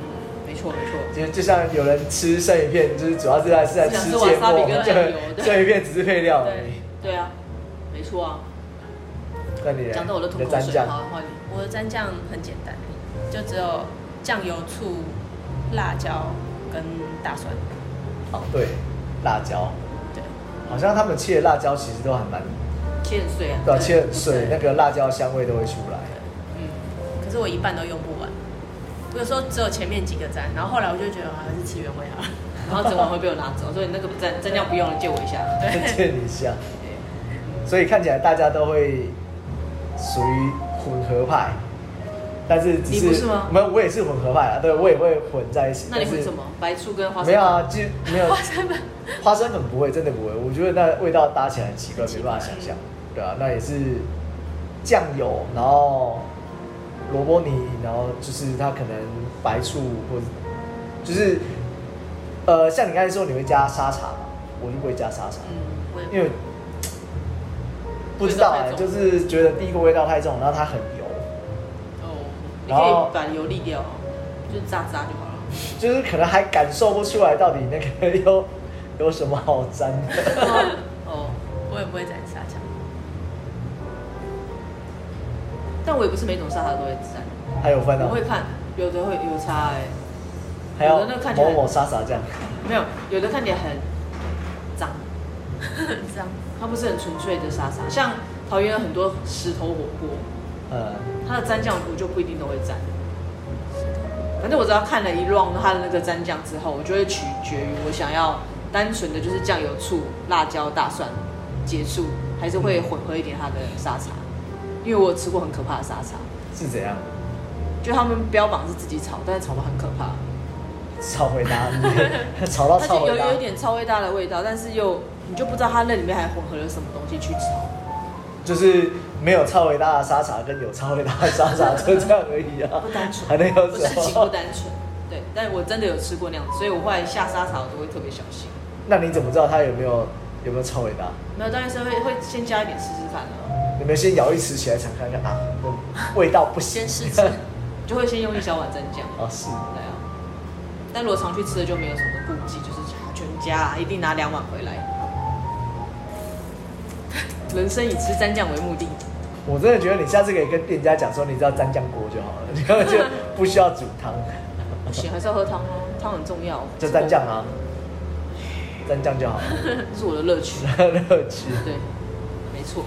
Speaker 1: 没错没错。
Speaker 2: 就就像有人吃生鱼片，就是主要是在是在
Speaker 1: 只想
Speaker 2: 吃
Speaker 1: 吃
Speaker 2: 芥末，
Speaker 1: wasabi 跟酱油
Speaker 2: 对，
Speaker 1: 对
Speaker 2: 生鱼片只是配料而
Speaker 1: 对
Speaker 2: 已。
Speaker 1: 对啊，没错啊。
Speaker 2: 那你呢
Speaker 1: 讲到我都
Speaker 2: 你
Speaker 1: 吐
Speaker 2: 的
Speaker 1: 口
Speaker 2: 蘸
Speaker 1: 水，啊
Speaker 2: 酱
Speaker 1: 好换你。
Speaker 3: 我的蘸酱很简单，就只有酱油、醋、辣椒跟大蒜。
Speaker 2: 哦，对，辣椒，
Speaker 3: 对，
Speaker 2: 好像他们切的辣椒其实都还蛮，
Speaker 1: 切很碎啊。
Speaker 2: 对啊，切很碎
Speaker 3: 对，
Speaker 2: 那个辣椒香味都会出来。
Speaker 1: 嗯，
Speaker 3: 可是我一半都用不完。我有时候只有前面几个蘸，然后后来我就觉得啊还是吃原味好了。 <laughs>
Speaker 1: 然后整碗会被我拿走，所以那个蘸蘸料不用了，借我一下。对，
Speaker 2: 借你一下，所以看起来大家都会属于混合派，但是只
Speaker 1: 你不是吗
Speaker 2: 没有，我也是混合派啊，对我也会混在一起。
Speaker 1: 那你
Speaker 2: 但
Speaker 1: 会
Speaker 2: 是
Speaker 1: 什么？白醋跟花生？
Speaker 2: 没有啊，就没有
Speaker 3: 花生粉
Speaker 2: 花生粉不会，真的不会。我觉得那味道搭起来很奇怪，
Speaker 3: 很奇
Speaker 2: 没
Speaker 3: 怪
Speaker 2: 办法想象。对啊，那也是酱油，然后萝卜泥，然后就是它可能白醋或者就是呃，像你刚才说你会加沙茶嘛，我就不会加沙茶，
Speaker 1: 嗯，
Speaker 3: 我也
Speaker 2: 因为不知道
Speaker 1: 味道
Speaker 2: 哎、
Speaker 1: 太重
Speaker 2: 就是觉得第一个味道太重，然后它很油，
Speaker 1: 哦，你
Speaker 2: 然后
Speaker 1: 可以把油沥掉，就渣渣就好了。
Speaker 2: 就是可能还感受不出来到底那个 <laughs> 有有什么好沾的。 <laughs>
Speaker 1: 哦，
Speaker 3: 我也不会蘸沙酱。
Speaker 1: 但我也不是每种沙茶都会蘸，
Speaker 2: 还有分哦
Speaker 1: 我，会看，有的会有差哎，
Speaker 2: 还有
Speaker 1: 有的那看起来
Speaker 2: 某某沙茶酱。
Speaker 1: 没有，有的看起来很脏，
Speaker 3: 这样，
Speaker 1: 它不是很纯粹的沙茶，像桃园有很多石头火锅，
Speaker 2: 呃，
Speaker 1: 它的蘸酱我就不一定都会蘸。反正我只要看了一 round 它的那个蘸酱之后，我就会取决于我想要单纯的就是酱油、醋、辣椒、大蒜结束，还是会混合一点它的沙茶，因为我有吃过很可怕的沙茶，
Speaker 2: 是怎样？
Speaker 1: 就他们标榜是自己炒，但是炒的很可怕，
Speaker 2: 超回答你， <laughs> 吵到
Speaker 1: 它
Speaker 2: 超
Speaker 1: 就有
Speaker 2: 回答
Speaker 1: 有，一点超味大的味道，但是又你就不知道它那里面还混合了什么东西去炒，
Speaker 2: 就是没有超回答的沙茶跟有超回答的沙茶，就这样而已啊，
Speaker 1: <laughs> 不单纯
Speaker 2: 还能有
Speaker 1: 不
Speaker 2: 什
Speaker 1: 是情不
Speaker 2: 么？
Speaker 1: 单纯。对，但我真的有吃过那样子，所以我后来下沙茶我都会特别小心。
Speaker 2: 那你怎么知道它有没有有没有超回答？
Speaker 1: 没有，当然是会会先加一点试试看啊，
Speaker 2: 你们先舀一匙起来尝看看啊，味道不行。
Speaker 3: 先试吃
Speaker 1: 就会先用一小碗蘸酱，
Speaker 2: <laughs> 哦，是
Speaker 1: 对啊。但如果常去吃的就没有什么顾忌，就是全家、啊、一定拿两碗回来。 <laughs> 人生以吃蘸酱为目的，
Speaker 2: 我真的觉得你下次可以跟店家讲说，你只要沾酱锅就好了， <laughs> 你根本就不需要煮汤，
Speaker 1: 不行还是要喝汤哦，汤很重要。
Speaker 2: 就沾酱啊，沾酱就好了， <laughs>
Speaker 1: 这是我的乐趣。
Speaker 2: 乐趣。
Speaker 1: 对，没错，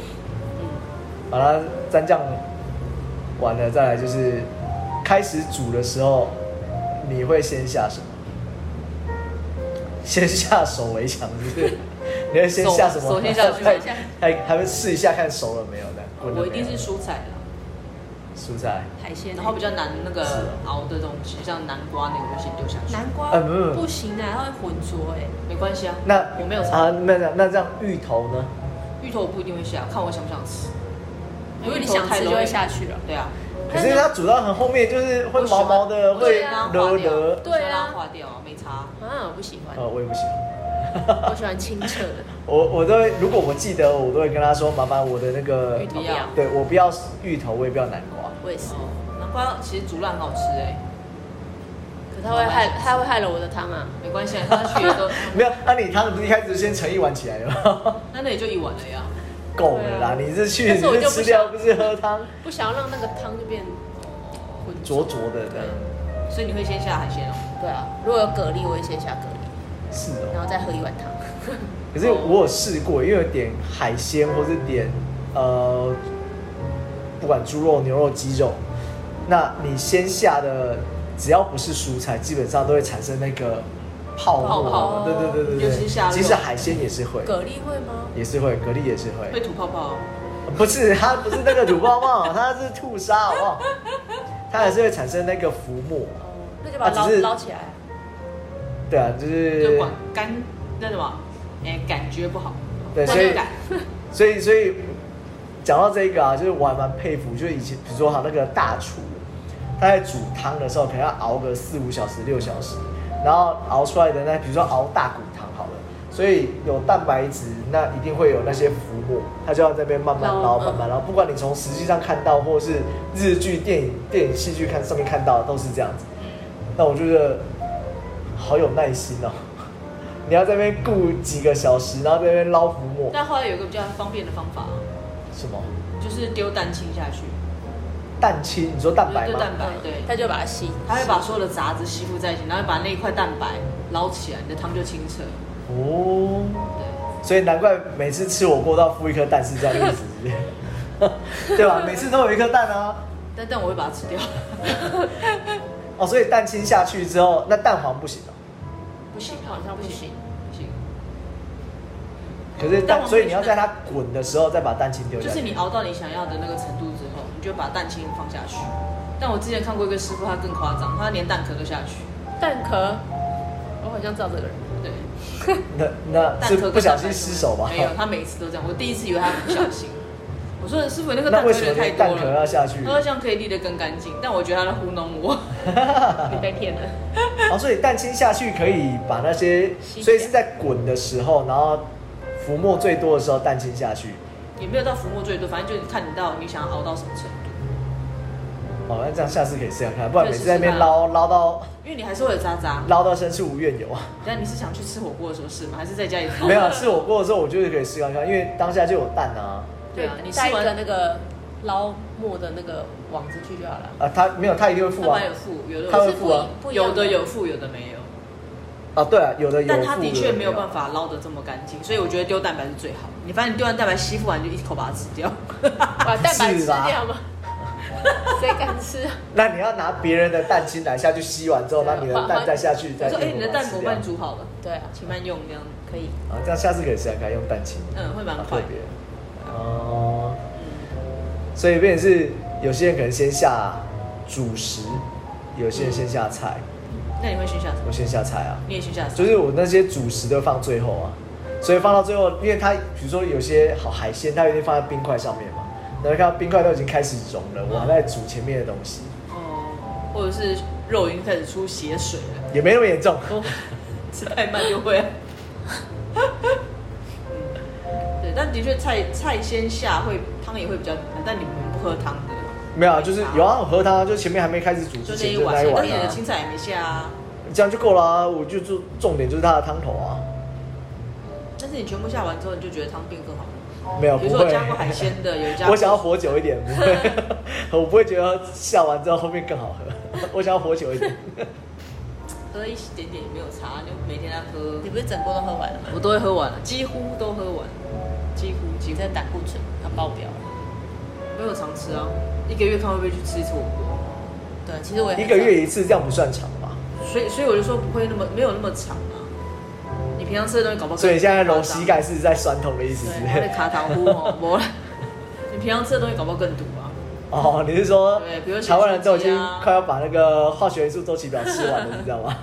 Speaker 2: 把它蘸酱完了，再来就是开始煮的时候，你会先下什么？先下手为强，是
Speaker 1: <laughs>
Speaker 2: 不是？你会先下什么？
Speaker 1: 手手先
Speaker 2: <laughs>
Speaker 1: 下手
Speaker 2: 还
Speaker 1: 先下
Speaker 2: 还还会试一下看熟了没有的。滚哦了
Speaker 1: 我一定
Speaker 2: 没
Speaker 1: 是
Speaker 2: 有
Speaker 1: 蔬菜啦。
Speaker 2: 蔬菜。
Speaker 3: 海鲜，
Speaker 1: 然后比较难那个熬的东西，像南瓜那个就先丢下去。
Speaker 3: 南瓜
Speaker 2: 呃不是
Speaker 3: 不行啊，它会浑浊哎。
Speaker 1: 没关系啊，
Speaker 2: 那
Speaker 1: 我没有
Speaker 2: 啊
Speaker 1: 尝。，
Speaker 2: 那那那这样芋头呢？
Speaker 1: 芋头我不一定会下，看我想不想吃。
Speaker 3: 如果你想吃就会下去了。
Speaker 1: 对啊，
Speaker 2: 可是它煮到很后面，就是会毛毛的，
Speaker 1: 我喜
Speaker 2: 会
Speaker 1: 欢
Speaker 2: 勒
Speaker 1: 我喜欢让它化
Speaker 2: 勒
Speaker 1: 掉。我喜
Speaker 3: 啊对啊
Speaker 1: 欢让它化掉啊，没差。
Speaker 3: 啊，我不喜欢，
Speaker 2: 呃，我也不喜欢。
Speaker 3: 我喜欢清澈的。
Speaker 2: 我我都会，如果我记得，我都会跟他说，麻烦我的那个
Speaker 3: 芋头
Speaker 1: 不要
Speaker 2: 对我不要芋头，我也不要南瓜。
Speaker 3: 我也是，
Speaker 1: 哦，南瓜其实煮烂很好吃哎，
Speaker 3: 可它会害，它会害了我的汤啊。
Speaker 1: 没关系，啊，它血
Speaker 3: <laughs>
Speaker 1: 都，
Speaker 2: 没有，那、你汤不是一开始先盛一碗起来了吗？
Speaker 1: 那那也就一碗了呀。
Speaker 2: 够了啦！你是去
Speaker 3: 啊但
Speaker 2: 你
Speaker 3: 是我就是不
Speaker 2: 吃掉，
Speaker 3: 想
Speaker 2: 不是喝汤，
Speaker 3: 不想要让那个汤就变浑
Speaker 2: 浊。浊的这样。
Speaker 1: 所以你会先下海鲜哦。
Speaker 3: 对啊，如果有蛤蜊，我会先下蛤蜊，
Speaker 2: 是
Speaker 3: 然
Speaker 2: 哦。
Speaker 3: 后再喝一碗汤。 <laughs> 嗯
Speaker 2: 可
Speaker 3: 哦
Speaker 2: 是我有试过，因为有点海鲜或是点呃，不管猪肉、牛肉、鸡肉，那你先下的只要不是蔬菜，基本上都会产生那个泡沫。
Speaker 1: 泡
Speaker 3: 泡
Speaker 2: 对对对对
Speaker 1: 尤其是下
Speaker 2: 对。
Speaker 1: 肉
Speaker 2: 其实海鲜也是会。
Speaker 3: 蛤蜊会吗？
Speaker 2: 也是会，蛤蜊也是
Speaker 1: 会
Speaker 2: 会，
Speaker 1: 吐泡泡哦，
Speaker 2: 不是它不是那个乳泡
Speaker 1: <laughs>
Speaker 2: 泡，它是吐沙，好不好？它还是会产生那个浮沫，
Speaker 3: 哦，那就把它
Speaker 2: 啊
Speaker 3: 捞
Speaker 2: 只是
Speaker 3: 捞起来啊。
Speaker 2: 对啊，就
Speaker 1: 就是管干那什么，哎，感觉不好，
Speaker 2: 对，
Speaker 1: 那
Speaker 2: 所
Speaker 1: 就
Speaker 2: 以
Speaker 1: 感
Speaker 2: 所以所以讲到这个啊，就是我还蛮佩服，就是以前比如说他那个大厨，他在煮汤的时候可能要熬个四五小时、六小时，然后熬出来的呢，比如说熬大骨汤好了。所以有蛋白质，那一定会有那些浮沫，它就要在那边慢慢捞、
Speaker 3: 捞嗯
Speaker 2: 慢慢捞。不管你从实际上看到，或是日剧、电影、电影、戏剧看上面看到，都是这样子。那我觉得好有耐心哦，你要在那边顾几个小时，然后在那边捞浮沫，
Speaker 1: 但后来有一个比较方便的方法，
Speaker 2: 什么？
Speaker 1: 就是丢蛋清下去，
Speaker 2: 蛋清，你说蛋白
Speaker 1: 对
Speaker 2: 吗？
Speaker 1: 对蛋白，对，
Speaker 3: 它就把它吸。
Speaker 1: 它会把所有的杂质吸附在一起，然后把那一块蛋白捞起来，你的汤就清澈。
Speaker 2: 哦，
Speaker 1: 对，
Speaker 2: 所以难怪每次吃火锅都要敷一颗蛋，是这样的意思，是不是 <laughs> 对吧？每次都有一颗蛋啊。
Speaker 1: 但但我会把它吃
Speaker 3: <laughs>
Speaker 1: 掉，
Speaker 2: 哦，所以蛋清下去之后，那蛋黄不行哦。
Speaker 1: 不行啊，
Speaker 3: 好像不行，
Speaker 1: 不行，
Speaker 2: 可是
Speaker 1: 蛋
Speaker 2: 蛋，
Speaker 1: 黄
Speaker 2: 所以你要在它滚的时候再把蛋清丢下
Speaker 1: 就
Speaker 2: 去。
Speaker 1: 是你熬到你想要的那个程度之后，你就把蛋清放下去。但我之前看过一个师傅，他更夸张，他连蛋壳都下去，
Speaker 3: 蛋壳，我好像知道这
Speaker 2: <laughs>
Speaker 3: 个人。
Speaker 1: 对，
Speaker 2: 那那
Speaker 1: 蛋
Speaker 2: 是
Speaker 1: 壳跟
Speaker 2: 不小
Speaker 1: 蛋白
Speaker 2: 心
Speaker 1: 都
Speaker 2: 失手吧？
Speaker 1: 没有，他每次都这样。我第一次以为他不小
Speaker 2: <laughs>
Speaker 1: 心，我说师傅你那个
Speaker 2: 那
Speaker 1: 蛋壳
Speaker 2: 为
Speaker 1: 有
Speaker 2: 什么
Speaker 1: 点太
Speaker 2: 连
Speaker 1: 多
Speaker 2: 蛋壳要
Speaker 1: 了，
Speaker 2: 下去
Speaker 1: <laughs> 他？说这样可以沥得更干净，但我觉得他在糊弄我。 <laughs>
Speaker 3: 你被骗了。
Speaker 2: 哦，所以蛋清下去可以把那些，
Speaker 3: 吸起来
Speaker 2: 所以是在滚的时候，然后浮沫最多的时候蛋清下去。
Speaker 1: 也没有到浮沫最多，反正就是看你到你想要熬到什么程度，
Speaker 2: 哦，那这样下次可以试下看，不然每次在那边
Speaker 1: 对试试看
Speaker 2: 捞捞到
Speaker 1: 因为你还是会有渣渣。
Speaker 2: 捞到深处无怨尤啊。 <laughs>
Speaker 1: 但你是想去吃火锅的时候是吗？还是在家里？
Speaker 2: 没
Speaker 1: <laughs>
Speaker 2: 有啊吃火锅的时候，我觉得可以试看看，因为当下就有蛋啊。
Speaker 1: 对啊，你吃
Speaker 3: 带一个
Speaker 1: 完
Speaker 3: 那个捞墨的那个网子去就
Speaker 2: <laughs>
Speaker 3: 好了。
Speaker 2: 啊，他没有，他一定会
Speaker 1: 他
Speaker 2: 付啊
Speaker 1: 蛮。有付，有的
Speaker 2: 他
Speaker 1: 有
Speaker 2: 会付啊
Speaker 1: 付
Speaker 3: 不一样
Speaker 1: 有的有付，有的没有。
Speaker 2: 啊，对啊，有的有付。
Speaker 1: 但他的确没有办
Speaker 2: 法。
Speaker 1: 法捞得这么干净，所以我觉得丢蛋白是最好。你反正你丢完蛋白吸附完就一口把它吃
Speaker 2: <laughs>
Speaker 1: 掉，
Speaker 3: 把蛋白吃
Speaker 2: 是吧 <laughs>
Speaker 3: 掉吗？谁敢吃啊？
Speaker 2: 那你要拿别人的蛋清来下去吸完之后，
Speaker 3: 对
Speaker 2: 那
Speaker 3: 啊
Speaker 2: 你的蛋再下去，
Speaker 1: 我
Speaker 2: 再
Speaker 1: 说哎、你的蛋
Speaker 2: 我
Speaker 1: 我帮你。煮好了，
Speaker 3: 对啊，
Speaker 1: 请慢用这样，
Speaker 3: 可以。
Speaker 2: 啊，这样下次可以试下看，用蛋清，
Speaker 1: 嗯，会蛮
Speaker 2: 蛮啊
Speaker 1: 快
Speaker 2: 特
Speaker 1: 的
Speaker 2: 别。。哦。所以变成是有些人可能先下主食，有些人先下菜，
Speaker 1: 那你会先下什么？
Speaker 2: 我先下菜啊。
Speaker 1: 你也先下什么？
Speaker 2: 就是我那些主食都放最后啊，所以放到最后，因为它比如说有些好海鲜，它一定放在冰块上面嘛，然后看到冰块都已经开始融了，我还在煮前面的东西，
Speaker 1: 哦，或者是肉已经开始出血水了。
Speaker 2: 也没那么严重。
Speaker 1: 哦， <laughs> 吃太慢就会。嗯对，但的确菜菜先下会汤也会比较难，但你们不喝汤的，
Speaker 2: 没有啊，就是有啊，我喝它，就前面还没开始煮之
Speaker 1: 就那
Speaker 2: 前
Speaker 1: 一
Speaker 2: 就
Speaker 1: 碗，
Speaker 2: 那一
Speaker 1: 但
Speaker 2: 碗
Speaker 1: 你的
Speaker 2: 啊，
Speaker 1: 青菜也没下啊。
Speaker 2: 这样就够了啊。我就重重点就是它的汤头啊，
Speaker 1: 但是你全部下完之后，你就觉得汤变更好了。
Speaker 2: 没有
Speaker 1: 比
Speaker 2: 啊不
Speaker 1: 如说
Speaker 2: 会
Speaker 1: 有。加过海鲜的，有加过
Speaker 2: 我想要活久一点，不会， <laughs> 我不会觉得下完之后后面更好喝，我想要活久一
Speaker 1: <laughs>
Speaker 2: 点。
Speaker 1: 喝一点点也没有差，就每天在喝
Speaker 3: 你，不是整锅都喝完了吗？
Speaker 1: 我都会喝完了，几乎都喝完。几乎几
Speaker 3: 你
Speaker 1: 乎
Speaker 3: 这胆固醇要爆表了。
Speaker 1: 没有常吃啊，一个月看会不会去吃一次火锅，
Speaker 3: 对，啊其实我也
Speaker 2: 一个月一次，这样不算长吧？
Speaker 1: 所以所以我就说不会那么没有那么长啊。你平常吃的东西搞不好，
Speaker 2: 所以你现在揉膝，盖是在酸痛的意思是不
Speaker 1: 他的
Speaker 2: 是？
Speaker 1: 卡糖糊哦，没了。你平常吃的东西搞不好更毒啊。
Speaker 2: 哦，你是说
Speaker 1: 对比如
Speaker 2: 台湾人都已
Speaker 1: 咸
Speaker 2: 经
Speaker 1: 酥鸡啊
Speaker 2: 快要把那个化学元素周期表吃完了，你知道吗？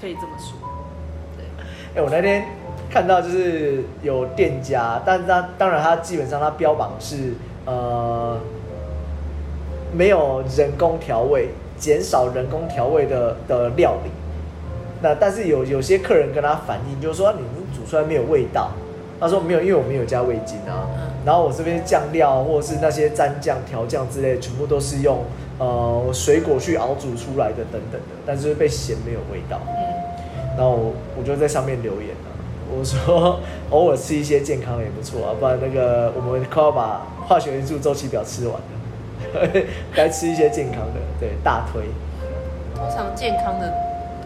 Speaker 1: 可以这么说。对，
Speaker 2: 哎、我那天看到就是有店家，但是他当然他基本上他标榜是呃没有人工调味，减少人工调味的的料理。那但是有有些客人跟他反映，就是说你们煮出来没有味道。他说没有，因为我没有加味精啊。然后我这边酱料或者是那些蘸酱、调酱之类，全部都是用呃水果去熬煮出来的等等的，但是被咸没有味道。
Speaker 1: 嗯，
Speaker 2: 然后我我就在上面留言了、我说偶尔吃一些健康的也不错啊，不然那个我们快要把化学元素周期表吃完了， <laughs> 该吃一些健康的，对，大推。
Speaker 3: 通常健康的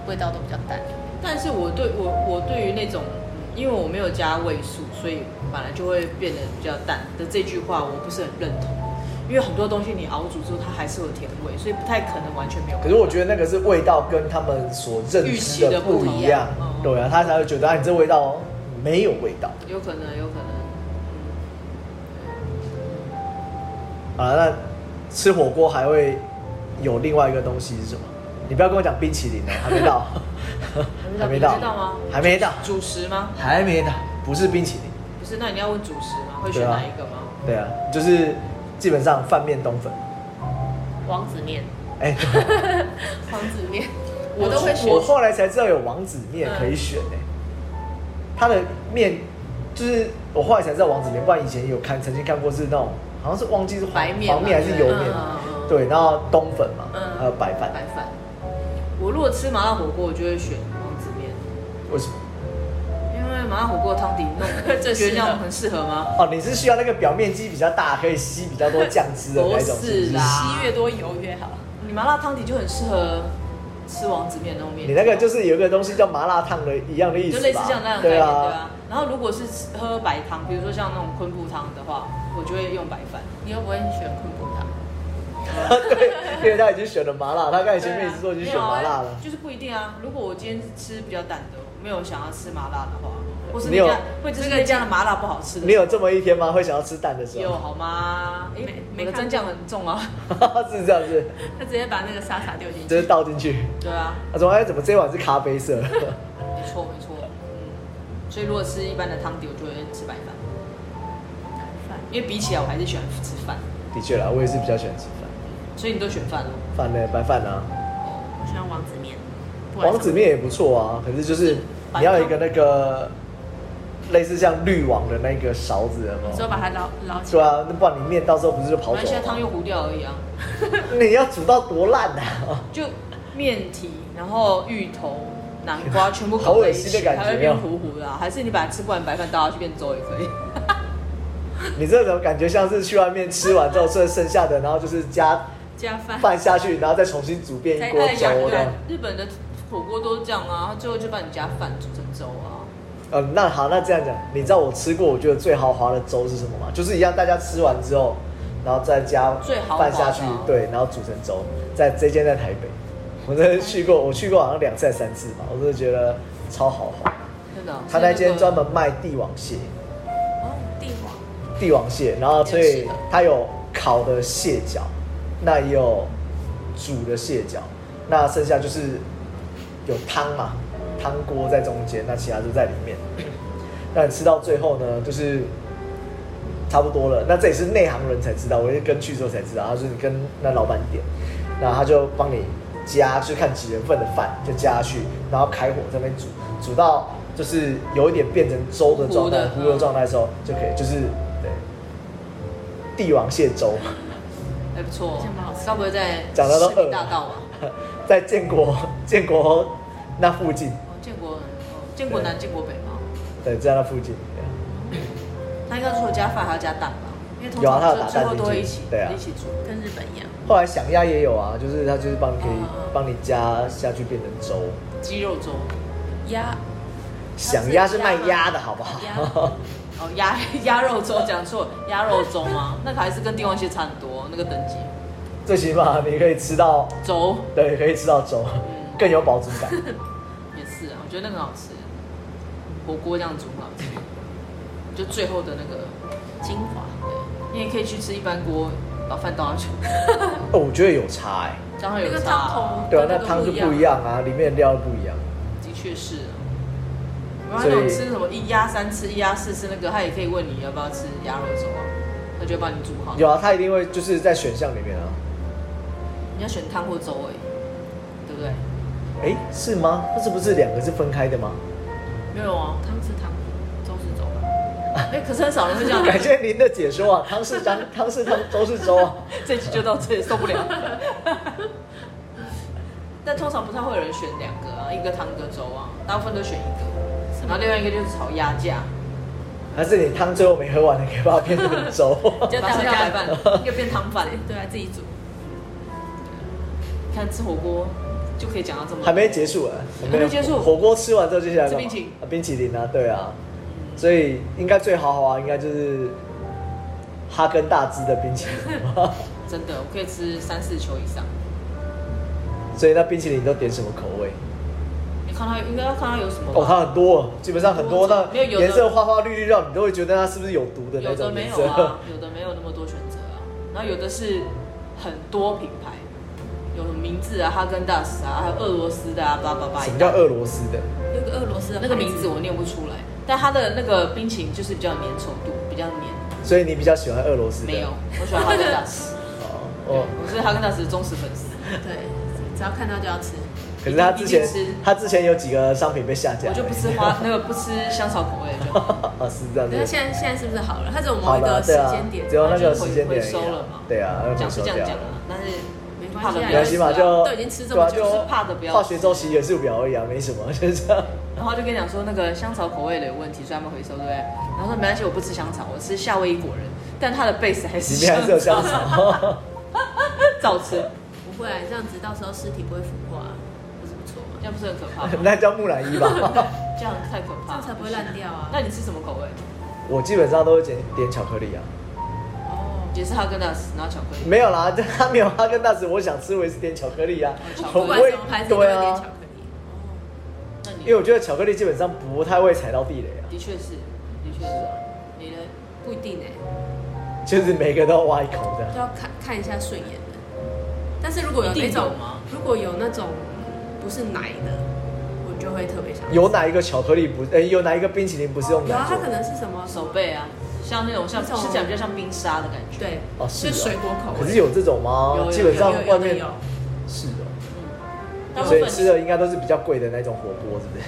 Speaker 3: 味道都比较淡。
Speaker 1: 但是我对我我对于那种，因为我没有加味素，所以本来就会变得比较淡的这句话，我不是很认同。因为很多东西你熬煮之后，它还是有甜味，所以不太可能完全没有味道。
Speaker 2: 可是我觉得那个是味道跟他们所认
Speaker 1: 预期
Speaker 2: 知
Speaker 1: 的
Speaker 2: 的
Speaker 1: 不
Speaker 2: 不
Speaker 1: 同
Speaker 2: 一样
Speaker 1: 嗯，
Speaker 2: 对啊，他才会觉得啊，你这味道没有味道。
Speaker 1: 有可能，有可能。
Speaker 2: 啊，那吃火锅还会有另外一个东西是什么？你不要跟我讲冰淇淋哦，还没到， <laughs> 还没到，
Speaker 1: 还没到吗
Speaker 2: 还没到，
Speaker 1: 主食吗？
Speaker 2: 还没到，不是冰淇淋。
Speaker 1: 不是，那你要问主食吗？会选
Speaker 2: 对啊
Speaker 1: 哪一个吗？
Speaker 2: 对啊，就是基本上饭面冬粉。
Speaker 3: 王子面，
Speaker 2: 哎、
Speaker 3: 王子面，
Speaker 1: <laughs> 我
Speaker 3: 我都会选
Speaker 2: 我。后来才知道有王子面可以选哎、它的面就是我后来才知道王子面，不然以前有看曾经看过是那种好像是忘记是黄
Speaker 1: 白面
Speaker 2: 黄面还是油面，
Speaker 1: 嗯嗯嗯
Speaker 2: 对，然后冬粉嘛，还有白饭，
Speaker 1: 白饭。我如果吃麻辣火锅，我就会选王子面，
Speaker 2: 为什么？
Speaker 1: 因为麻辣火锅汤底 <laughs> 弄，
Speaker 3: 这
Speaker 1: 觉
Speaker 3: 是
Speaker 1: 得这样很适合吗？
Speaker 2: 哦，你是需要那个表面积比较大，可以吸比较多酱汁的那种，是
Speaker 1: 不是
Speaker 2: 不是
Speaker 1: 啦
Speaker 3: 吸越多油越好。
Speaker 1: 你麻辣汤底就很适合吃王子面那种面，
Speaker 2: 你那个就是有一个东西叫麻辣烫的一样的意思
Speaker 1: 就
Speaker 2: 吧？
Speaker 1: 类似像那样的概
Speaker 2: 对
Speaker 1: 念，
Speaker 2: 啊，
Speaker 1: 对啊。然后如果是吃喝白汤，比如说像那种昆布汤的话，我就会用白饭。
Speaker 3: 你又不会选昆布汤？
Speaker 2: <laughs> 对，因为他已经选了麻辣，他刚才前面一直说已经
Speaker 1: 没
Speaker 2: 选
Speaker 1: 有
Speaker 2: 麻
Speaker 1: 啊
Speaker 2: 辣了。
Speaker 1: 就是不一定啊。如果我今天吃比较淡的，没有想要吃麻辣的话，或是
Speaker 2: 你
Speaker 1: 那
Speaker 2: 有
Speaker 1: 家或者是那家的麻辣不好吃的，
Speaker 2: 你有这么一天吗？会想要吃蛋的时
Speaker 1: 有
Speaker 2: 候？
Speaker 1: 好吗？哎
Speaker 3: 没，
Speaker 1: 我
Speaker 3: 没
Speaker 1: 的
Speaker 3: 看
Speaker 1: 蘸酱很重
Speaker 3: <laughs>
Speaker 1: 啊。
Speaker 2: <laughs> 是这样子，
Speaker 3: 他直接把那个沙茶丢进
Speaker 2: 就是
Speaker 3: 去。
Speaker 2: 倒进去。
Speaker 1: 对啊，
Speaker 2: 他说：“哎，怎么这碗是咖啡色？” <laughs>
Speaker 1: 没错没错。嗯，所以如果吃一般的汤底，我就会吃白饭，因为比起来我还是喜欢吃饭。
Speaker 2: 的确啦，我也是比较喜欢吃饭，
Speaker 1: 所以你都选饭了，
Speaker 2: 饭呢白饭啊，
Speaker 3: 我喜欢王子面。不然
Speaker 2: 王子面也不错啊。可是就是你要有一个那个类似像滤网的那个勺子，有没有
Speaker 3: 什么，只有把它捞捞起
Speaker 2: 对
Speaker 3: 来。
Speaker 2: 啊，那不然你面到时候不是就跑
Speaker 1: 反正
Speaker 2: 走
Speaker 1: 现在
Speaker 2: 了？
Speaker 1: 汤又糊掉而已啊。
Speaker 2: <laughs> 你要煮到多烂啊！ <laughs>
Speaker 1: 就面体，然后芋头、南瓜全部
Speaker 2: 好
Speaker 1: 搞在
Speaker 2: 恶
Speaker 1: 一
Speaker 2: 心
Speaker 1: 起，
Speaker 2: 的感觉
Speaker 1: 还会变糊糊的、啊。还是你把它吃不完白饭倒下去变粥也可以。
Speaker 2: 你这种感觉像是去外面吃完之后剩剩下的，然后就是加
Speaker 3: 加饭。
Speaker 2: 饭下去，然后再重新煮遍一锅
Speaker 3: 再再加
Speaker 2: 粥
Speaker 3: 对
Speaker 2: 这样
Speaker 3: 啊。
Speaker 1: 日本的火锅都是这样啊，最后就把你加饭煮成粥啊。
Speaker 2: 嗯，那好，那这样讲，你知道我吃过我觉得最豪华的粥是什么吗？就是一样，大家吃完之后，然后再加
Speaker 1: 最豪华
Speaker 2: 饭
Speaker 1: 的
Speaker 2: 下去
Speaker 1: 哦，
Speaker 2: 对，然后煮成粥。在这间在台北，我真的去过，我去过好像两次还是三次吧，我真的觉得超豪华。
Speaker 1: 真的、啊
Speaker 2: 他那间专门卖帝王蟹，
Speaker 3: 哦，帝王。
Speaker 2: 帝王蟹，然后所以它有烤的蟹脚，那也有煮的蟹脚，那剩下就是有汤嘛，汤锅在中间，那其他都在里面。 <clears throat> 那你吃到最后呢，就是差不多了。那这也是内行人才知道，我也是跟去之后才知道，他说你跟那老板点，然后他就帮你加，就是看几人份的饭就加下去，然后开火在那边煮，煮到就是有一点变成粥的状态，糊
Speaker 1: 糊的嗯
Speaker 2: 的状态的时候就可以，就是对。帝王蟹粥， <laughs>
Speaker 1: 还不错啊
Speaker 3: 这样蛮好，吃
Speaker 1: 该不会在
Speaker 2: 讲到都
Speaker 1: 市
Speaker 2: 饿
Speaker 1: 民大道啊吧？
Speaker 2: 了，在建国建国那附近，
Speaker 1: 哦，建国人，哦建国南、建国北嘛。
Speaker 2: 对，在那附近，对
Speaker 1: 他应该除了加饭还要加蛋吧？因为通
Speaker 2: 有啊
Speaker 1: 常
Speaker 2: 他有打
Speaker 1: 最
Speaker 2: 蛋
Speaker 1: 最后
Speaker 2: 进去
Speaker 1: 都会一起
Speaker 2: 对啊
Speaker 1: 一起煮。
Speaker 3: 跟日本一样，
Speaker 2: 后来想鸭也有啊，就是它就是帮你可以
Speaker 1: 嗯嗯
Speaker 2: 帮你加下去变成粥。
Speaker 1: 鸡肉粥，
Speaker 3: 鸭
Speaker 2: 想鸭是卖鸭的好不
Speaker 3: 鸭
Speaker 2: 好？
Speaker 1: 哦，鸭 <laughs> 鸭肉粥讲错，鸭肉粥吗？那个还是跟帝王蟹差很多，那个等级
Speaker 2: <laughs> 最起码你可以吃到，
Speaker 1: 粥嗯
Speaker 2: 对，可以吃到粥，更有饱足感。
Speaker 1: 也是啊，我觉得那个很好吃，火锅这样煮很好吃，就最后的那个精华。对，你也可以去吃一般锅，老饭都要去，
Speaker 2: 哦，我觉得有差哎、
Speaker 1: 这样会
Speaker 4: 那
Speaker 1: 有
Speaker 4: 个
Speaker 1: 差
Speaker 4: 汤
Speaker 1: 啊、
Speaker 4: 头
Speaker 2: 对啊，
Speaker 4: 跟
Speaker 2: 那
Speaker 4: 个
Speaker 2: 汤就不一。样啊，里面的料不一样。
Speaker 1: 的确是、啊。然后那种吃什么一鸭三吃、一鸭四吃那个，他也可以问你要不要吃鸭肉粥啊，他就会帮你煮好。
Speaker 2: 有啊，他一定会就是在选项里面啊。
Speaker 1: 你要选汤或粥而已，对不对？
Speaker 2: 哎，是吗？那是不是两个是分开的吗？
Speaker 1: 没有啊，
Speaker 4: 汤是汤，粥是粥吧。
Speaker 1: 哎、可是很少人
Speaker 2: <laughs>
Speaker 1: 会这样。
Speaker 2: 感谢您的解说啊，汤是汤，汤是汤，粥是粥啊。
Speaker 1: <laughs> 这集就到这里，受不了。 <laughs> 但通常不太会有人选两个啊，一个汤一个粥啊，大部分都选一个，然后另外一个就是炒鸭架，
Speaker 2: 还是你汤最后没喝完，你可以把它变成粥。
Speaker 4: 就
Speaker 1: 把
Speaker 4: 当
Speaker 1: 它
Speaker 4: 料
Speaker 1: 加
Speaker 4: 白
Speaker 1: 白
Speaker 4: 饭，
Speaker 1: <laughs> 饭，又变汤饭。
Speaker 4: 对啊，自己煮。
Speaker 1: 你看吃火锅就可以讲到这么
Speaker 2: 还没结束啊，
Speaker 1: 还没结束
Speaker 2: 火锅吃完之后，接下来干嘛
Speaker 1: 吃冰淇淋
Speaker 2: 啊，冰淇淋啊，对啊，所以应该最豪华应该就是哈根达斯的冰淇淋
Speaker 1: <laughs>
Speaker 2: 吧。
Speaker 1: 真的，我可以吃三四球以上。
Speaker 2: 所以那冰淇淋都点什么口味？
Speaker 1: 你看它应该要看它有什么
Speaker 2: 哦，
Speaker 1: 吧？
Speaker 2: 它很多，基本上很多，那
Speaker 1: 没有有的
Speaker 2: 颜色花花绿绿，让你都会觉得它是不是有毒的那
Speaker 1: 有的
Speaker 2: 种
Speaker 1: 没
Speaker 2: 颜
Speaker 1: 有
Speaker 2: 色？
Speaker 1: 啊，有的没有那么多选择啊，然后有的是很多品牌，有什么名字啊，哈根达斯啊，还有俄罗斯的啊，叭叭叭。
Speaker 2: <laughs> 什么叫俄罗斯的？
Speaker 4: 有个俄罗斯的
Speaker 1: 那个名字我念不出来，但它的那个冰淇淋就是比较粘稠度，比较黏。
Speaker 2: 所以你比较喜欢俄罗斯的？
Speaker 1: 没有，我喜欢哈根达斯，
Speaker 2: <laughs> 哦，
Speaker 1: 我是哈根达斯的忠实粉丝。
Speaker 4: 对，只要看到就要吃。
Speaker 2: 可是他之前
Speaker 1: 一定一定吃
Speaker 2: 他之前有几个商品被下架，
Speaker 1: 我就不吃花那个不吃香草口味的就好，
Speaker 2: <laughs> 啊，是这样子
Speaker 4: 那。现在现在是不是好了？它只有某
Speaker 2: 好
Speaker 4: 一个
Speaker 2: 了，
Speaker 4: 时
Speaker 2: 对啊
Speaker 4: 间，点
Speaker 2: 只，有那个
Speaker 1: 它就
Speaker 2: 时间点而已啊
Speaker 1: 回收了嘛
Speaker 2: 对 <laughs> 啊，
Speaker 1: 讲是
Speaker 2: 回收
Speaker 1: 这
Speaker 2: 掉
Speaker 1: 样
Speaker 2: 了
Speaker 1: 讲啊，但是
Speaker 4: 没
Speaker 1: 怕
Speaker 4: 关系
Speaker 1: 的没
Speaker 4: 啊，
Speaker 2: 没关系嘛，就
Speaker 1: 对
Speaker 4: 都已经吃这么久
Speaker 2: 对啊
Speaker 1: 就是怕的不要
Speaker 2: 化学周期也是表而已啊，没什么，就是
Speaker 4: <laughs>
Speaker 2: 这样。
Speaker 1: 然后就跟你讲说那个香草口味的有问题，所以他们回收对不对？然后说没关系，我不吃香草，我吃夏威夷果仁，但它的 base 还是
Speaker 2: 里面还是有香
Speaker 1: <laughs>
Speaker 2: 草， <laughs>
Speaker 1: 照吃，
Speaker 4: 不会啊，这样子到时候尸体不会腐化，不是不错啊吗
Speaker 1: 这？样不是很可
Speaker 2: <laughs>
Speaker 1: 怕吗？
Speaker 2: 那叫木乃伊
Speaker 4: <laughs>
Speaker 2: 吧。
Speaker 1: 这样太可
Speaker 4: 这
Speaker 1: 怕，
Speaker 4: 样才不会烂。掉啊。
Speaker 1: 那你吃什么口味？
Speaker 2: 我基本上都会点点巧克力啊，
Speaker 4: 哦，
Speaker 1: 也是哈根达斯，然后巧克力。
Speaker 2: 没有啦， <laughs> 他没有哈根达斯，我想吃我也是点巧克力啊
Speaker 1: 巧克，
Speaker 4: 不
Speaker 1: 力
Speaker 4: 管什么牌子都有
Speaker 2: 对
Speaker 4: 点巧
Speaker 2: 啊
Speaker 4: 克，力。
Speaker 1: 那你
Speaker 2: 因为我觉得巧克力基本上不太会踩到地雷啊，
Speaker 1: 的确是，的确是。
Speaker 4: 你呢？
Speaker 1: 啊
Speaker 4: 不一定哎，
Speaker 2: 就是每个都要挖一口这样。
Speaker 4: 就要看看一下顺眼的。但是如果有
Speaker 1: 一定
Speaker 4: 那
Speaker 1: 有
Speaker 4: 种
Speaker 1: 吗，
Speaker 4: 如果有那种不是奶的，我就会特别想吃。
Speaker 2: 有哪一个巧克力不？哎、有哪一个冰淇淋不是用
Speaker 4: 有
Speaker 2: 奶
Speaker 4: 啊，它
Speaker 2: 做
Speaker 4: 可
Speaker 2: 的？
Speaker 4: 能是什么
Speaker 1: 手背啊，像那种像
Speaker 4: 那种
Speaker 1: 吃起来比较像冰沙的感觉。
Speaker 4: 对，
Speaker 2: 哦是
Speaker 4: 是
Speaker 2: 哦
Speaker 4: 水果口味。
Speaker 2: 可是有这种吗？
Speaker 1: 有有
Speaker 2: 基本上
Speaker 4: 有有
Speaker 2: 外
Speaker 4: 的
Speaker 2: 面
Speaker 4: 有，
Speaker 2: 是的，
Speaker 1: 大部
Speaker 2: 所以
Speaker 1: 分
Speaker 2: 吃的应该都是比较贵的那种火锅，是不是？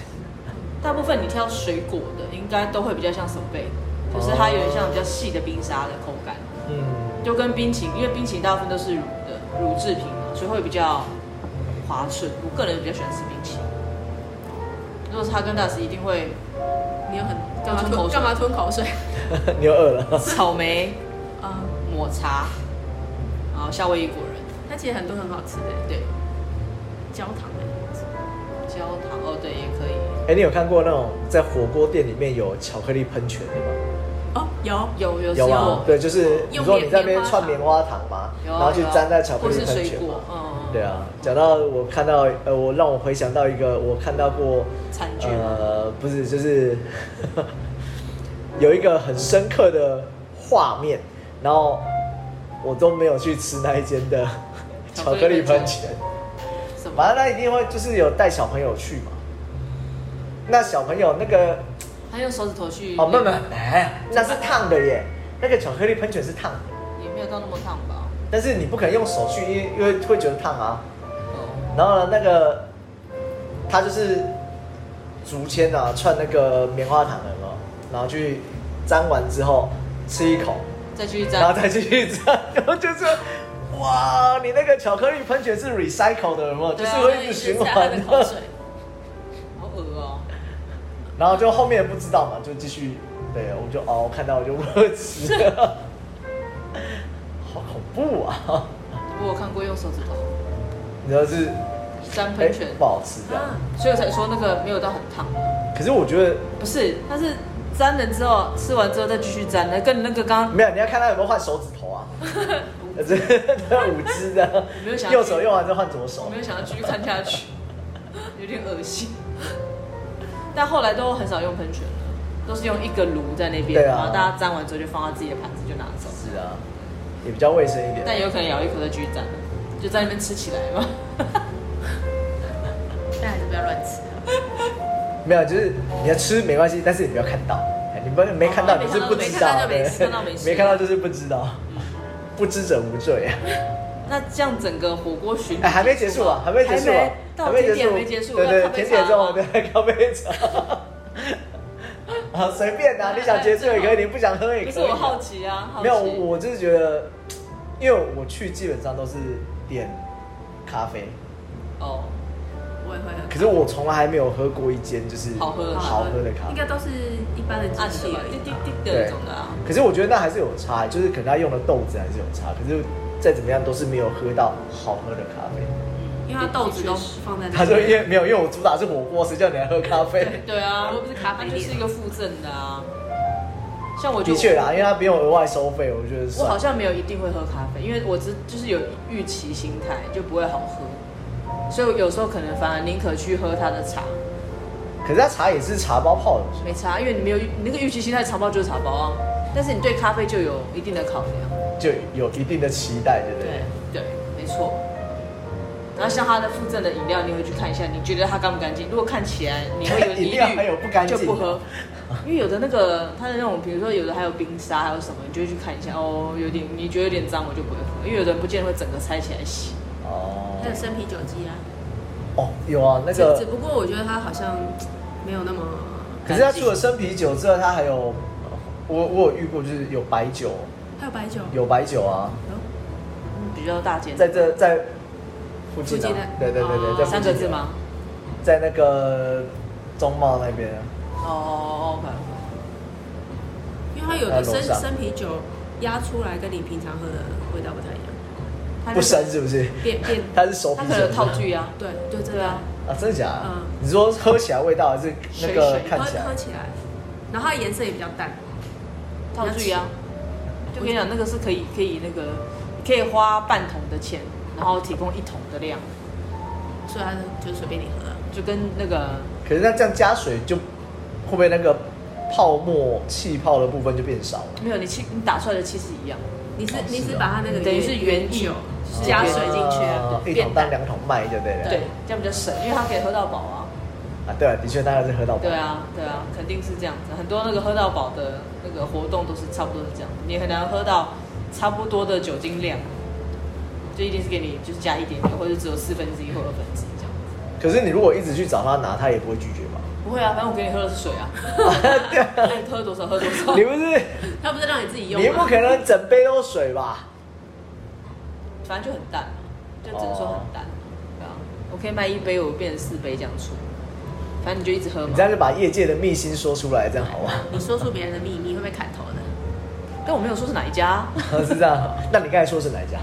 Speaker 1: 大部分你挑水果的，应该都会比较像手背，就是它有点像比较细的冰沙的口感，
Speaker 2: 嗯，
Speaker 1: 就跟冰淇淋，因为冰淇淋大部分都是乳的乳制品嘛，所以会比较滑顺。我个人比较喜欢吃冰淇淋。如果是哈根达斯，一定会
Speaker 4: 你有很干
Speaker 1: 干嘛
Speaker 4: 嘛
Speaker 1: 吞口
Speaker 4: 吞
Speaker 1: 水
Speaker 4: 干嘛吞口水？
Speaker 2: <laughs>
Speaker 4: <laughs>
Speaker 2: 你又饿了。 <laughs>
Speaker 1: 草莓
Speaker 4: 啊，
Speaker 1: 抹茶，然后夏威夷果仁，
Speaker 4: 它其实很多很好吃的，
Speaker 1: 对，
Speaker 4: 焦糖的，
Speaker 1: 焦糖哦，对，也可以。
Speaker 2: 哎、你有看过那种在火锅店里面有巧克力喷泉的吗？
Speaker 4: 哦，有
Speaker 1: 有有时
Speaker 2: 有
Speaker 1: 候
Speaker 2: 啊，对，就是你
Speaker 4: 用
Speaker 2: 说
Speaker 4: 棉
Speaker 2: 你在那边
Speaker 4: 棉花
Speaker 2: 串
Speaker 4: 糖
Speaker 2: 棉花糖嘛，
Speaker 1: 有啊，
Speaker 2: 然后去
Speaker 1: 有啊
Speaker 2: 沾在巧克力
Speaker 1: 或是
Speaker 2: 喷
Speaker 1: 水
Speaker 2: 泉嘛。
Speaker 1: 果，嗯，
Speaker 2: 对啊，讲到我看到呃，我让我回想到一个我看到过
Speaker 1: 餐具吗
Speaker 2: 呃，不是，就是 <laughs> 有一个很深刻的画面，然后我都没有去吃那一间的巧克力喷泉。
Speaker 1: 什么？
Speaker 2: 反正他一定会就是有带小朋友去嘛。那小朋友那个
Speaker 1: 他用手指头去
Speaker 2: 哦，慢慢哎，那是烫的耶，那个巧克力喷泉是烫的，
Speaker 1: 也没有到那么烫吧？
Speaker 2: 但是你不可能用手去，因为因为会觉得烫啊。
Speaker 1: 哦，
Speaker 2: 然后呢，那个他就是竹签啊，串那个棉花糖有没有？然后去沾完之后吃一口，
Speaker 1: 再继续
Speaker 2: 然后
Speaker 1: 沾，
Speaker 2: 再继续沾，然后就是哇，你那个巧克力喷泉是 recycle 的，有没有？就
Speaker 1: 对
Speaker 2: 是
Speaker 1: 啊
Speaker 2: 会一直循
Speaker 4: 它的
Speaker 2: 环
Speaker 4: 口水
Speaker 2: <laughs> 的。。
Speaker 1: 好恶哦、
Speaker 2: 然后就后面不知道嘛，就继续对，我就哦，我看到我就不吃了，好恐怖啊！啊
Speaker 1: 我有看过用手指头，
Speaker 2: 你知道是
Speaker 1: 三
Speaker 2: 哎
Speaker 1: 喷泉，
Speaker 2: 不好吃这样。
Speaker 1: 啊，所以我才说那个没有到很烫，
Speaker 2: 可是我觉得
Speaker 1: 不是，它是沾了之后吃完之后再继续沾的，跟那个刚刚
Speaker 2: 没有，你要看他有没有换手指头
Speaker 1: <laughs>
Speaker 2: 啊，这五只的
Speaker 1: 没有想，要
Speaker 2: 右手用完之后换左手
Speaker 1: 我没。有想要继续看下去， <laughs> 有点恶心。但后来都很少用喷泉了，都是用一个炉在那边，
Speaker 2: 对啊
Speaker 1: 然后大家沾完之后就放到自己的盘子就拿走。
Speaker 2: 是啊，也比较卫生一点。
Speaker 1: 但有可能咬一口再继续沾，就在那边吃起来
Speaker 2: <laughs>
Speaker 1: 嘛。
Speaker 4: 但还是不要乱吃。
Speaker 2: 没有，就是你要吃没关系，但是你不要看到，哎你不没看到
Speaker 1: 哦
Speaker 2: 你是不知道，
Speaker 1: 没
Speaker 2: 对
Speaker 1: 看到就没事
Speaker 2: 没看到就是不知道，不知者无罪。啊
Speaker 1: <laughs> 那这样整个火锅巡礼
Speaker 2: 哎，还没结束啊，还没结束啊，
Speaker 1: 还没到甜点没结束啊
Speaker 2: 对对
Speaker 1: 要，咖啡
Speaker 2: 甜点
Speaker 1: 茶
Speaker 2: 之后
Speaker 1: 吗
Speaker 2: 对
Speaker 1: <laughs>
Speaker 2: 咖啡茶。 <laughs> 啊，随便啊，你想结束也可以，你不想喝也可以。
Speaker 1: <laughs> 可是我好奇啊，好奇
Speaker 2: 没有，我就是觉得，因为我去基本上都是点咖啡，
Speaker 1: 哦，
Speaker 4: 我也会喝
Speaker 2: 可是我从来还没有喝过一间就是
Speaker 1: 好喝
Speaker 2: 好喝的咖
Speaker 4: 应
Speaker 2: 啡
Speaker 4: 该。都是一般的机
Speaker 1: 按
Speaker 4: 器
Speaker 1: 气
Speaker 4: 而已
Speaker 1: 滴滴
Speaker 4: 吧。
Speaker 1: 滴的那种的啊。
Speaker 2: 可是我觉得那还是有差，就是可能他用的豆子还是有差，可是再怎么样都是没有喝到好喝的咖啡。
Speaker 4: 因为它豆子都
Speaker 1: 的确是
Speaker 4: 放在
Speaker 2: 他
Speaker 4: 那
Speaker 2: 说因
Speaker 4: 边，
Speaker 2: 为没有，因为我主打是火锅，谁叫你来喝咖啡？
Speaker 1: 对啊，
Speaker 4: 又不是咖啡
Speaker 1: 它就是
Speaker 4: 店
Speaker 1: 一个附赠的啊。像我就
Speaker 2: 的确啦，因为他不用额外收费，我觉得
Speaker 1: 我好
Speaker 2: 算。
Speaker 1: 像没有一定会喝咖啡，因为我只就是有预期心态，就不会好喝，所以我有时候可能反而宁可去喝他的茶，
Speaker 2: 可是他茶也是茶包泡的，
Speaker 1: 没茶，因为你没有预你那个预期心态，茶包就是茶包啊，但是你对咖啡就有一定的考量，
Speaker 2: 就有一定的期待，对不对？
Speaker 1: 对，没错。然后像它的附赠的饮料，你会去看一下，你觉得它干不干净？如果看起来你会有
Speaker 2: <laughs> 饮
Speaker 1: 疑
Speaker 2: 料还
Speaker 1: 虑，
Speaker 2: 有不干净
Speaker 1: 就
Speaker 2: 的
Speaker 1: 不喝。因为有的那个它的那种，比如说有的还有冰沙，还有什么，你就会去看一下。哦，有点你觉得有点脏，我就不会喝。因为有的人不见得会整个拆起来洗。
Speaker 2: 哦
Speaker 4: 还有生啤酒机啊。
Speaker 2: 哦，有啊，那
Speaker 4: 只
Speaker 2: 个
Speaker 4: 只不过我觉得它好像没有那么
Speaker 2: 可
Speaker 4: 干净。
Speaker 2: 是他除了生啤酒之外，他还有呃我我有遇过，就是有白酒，
Speaker 4: 还有白酒，
Speaker 2: 有白酒啊，
Speaker 4: 有
Speaker 1: 比较大间，
Speaker 2: 在这在附
Speaker 4: 附
Speaker 2: 近
Speaker 4: 近
Speaker 2: 啊
Speaker 4: 的，
Speaker 2: 对对对对，
Speaker 4: 哦
Speaker 2: 在附近
Speaker 1: 三个字吗？
Speaker 2: 在那个中茂那边啊，
Speaker 1: 哦，OK，
Speaker 4: 因为它有的
Speaker 2: 在
Speaker 4: 生
Speaker 2: 楼上
Speaker 4: 生啤酒压出来跟你平常喝的味道不太一样，
Speaker 1: 它
Speaker 2: 不
Speaker 1: 就是
Speaker 2: 深，是不是？
Speaker 4: 变变
Speaker 2: 他是熟啤
Speaker 1: 它可
Speaker 2: 酒
Speaker 1: 能
Speaker 2: 的
Speaker 1: 有套具啊，
Speaker 4: 对就真
Speaker 1: 对
Speaker 4: 的
Speaker 1: 啊
Speaker 2: 啊，真的假的？
Speaker 4: 嗯
Speaker 2: 你说喝起来味道还是那个
Speaker 1: 水水
Speaker 2: 看起
Speaker 4: 喝
Speaker 2: 来
Speaker 4: 喝？起来，然后它的颜色也比较淡，
Speaker 1: 套具啊，就跟你讲，那个是可以可以那个，你可以花半桶的钱，然后提供一桶的量，
Speaker 4: 所以它就随便你喝啊。
Speaker 1: 就跟那个
Speaker 2: 可是那这样加水就会不会那个泡沫气泡的部分就变少了？
Speaker 1: 没有你气你打出来的气是一样，
Speaker 4: 你是
Speaker 2: 哦
Speaker 4: 你
Speaker 2: 是
Speaker 4: 是
Speaker 2: 啊
Speaker 4: 把它那个
Speaker 1: 等于是原
Speaker 4: 酒
Speaker 1: 就是
Speaker 4: 加水进去啊
Speaker 2: 啊，一
Speaker 4: 变
Speaker 2: 桶当
Speaker 4: 淡。
Speaker 2: 两桶卖，对不对？
Speaker 1: 对，这样比较省，因为它可以喝到饱啊，
Speaker 2: 啊，对啊，的确大概是喝到饱。
Speaker 1: 对啊，对啊，肯定是这样子，很多那个喝到饱的那个活动都是差不多是这样，你很难喝到差不多的酒精量，就一定是给你就是加一点点，或者只有四分之一或二分之一这样。
Speaker 2: 可是你如果一直去找他拿，他也不会拒绝吧？
Speaker 1: <laughs> 不会啊，反正我给你喝的是水 <laughs> 啊，你喝多少喝多少
Speaker 2: 你，不是，
Speaker 4: 它不是让你自己
Speaker 1: 啊
Speaker 4: 用
Speaker 2: 你不
Speaker 4: 吗？
Speaker 2: 可能整杯都水吧？
Speaker 1: 反正就很淡，就只能说很
Speaker 2: 哦
Speaker 1: 淡，对啊，我可以卖一杯，我变成四杯这样出，反正你就一直喝
Speaker 2: 你
Speaker 1: 嘛
Speaker 2: 这。样就把业界的秘辛说出来，这样好吗？ <laughs>
Speaker 4: 你说出别人的秘密会被砍头的，
Speaker 1: 但我没有说是哪一家 <laughs> 啊，
Speaker 2: 是这样。那你刚才说是哪一家？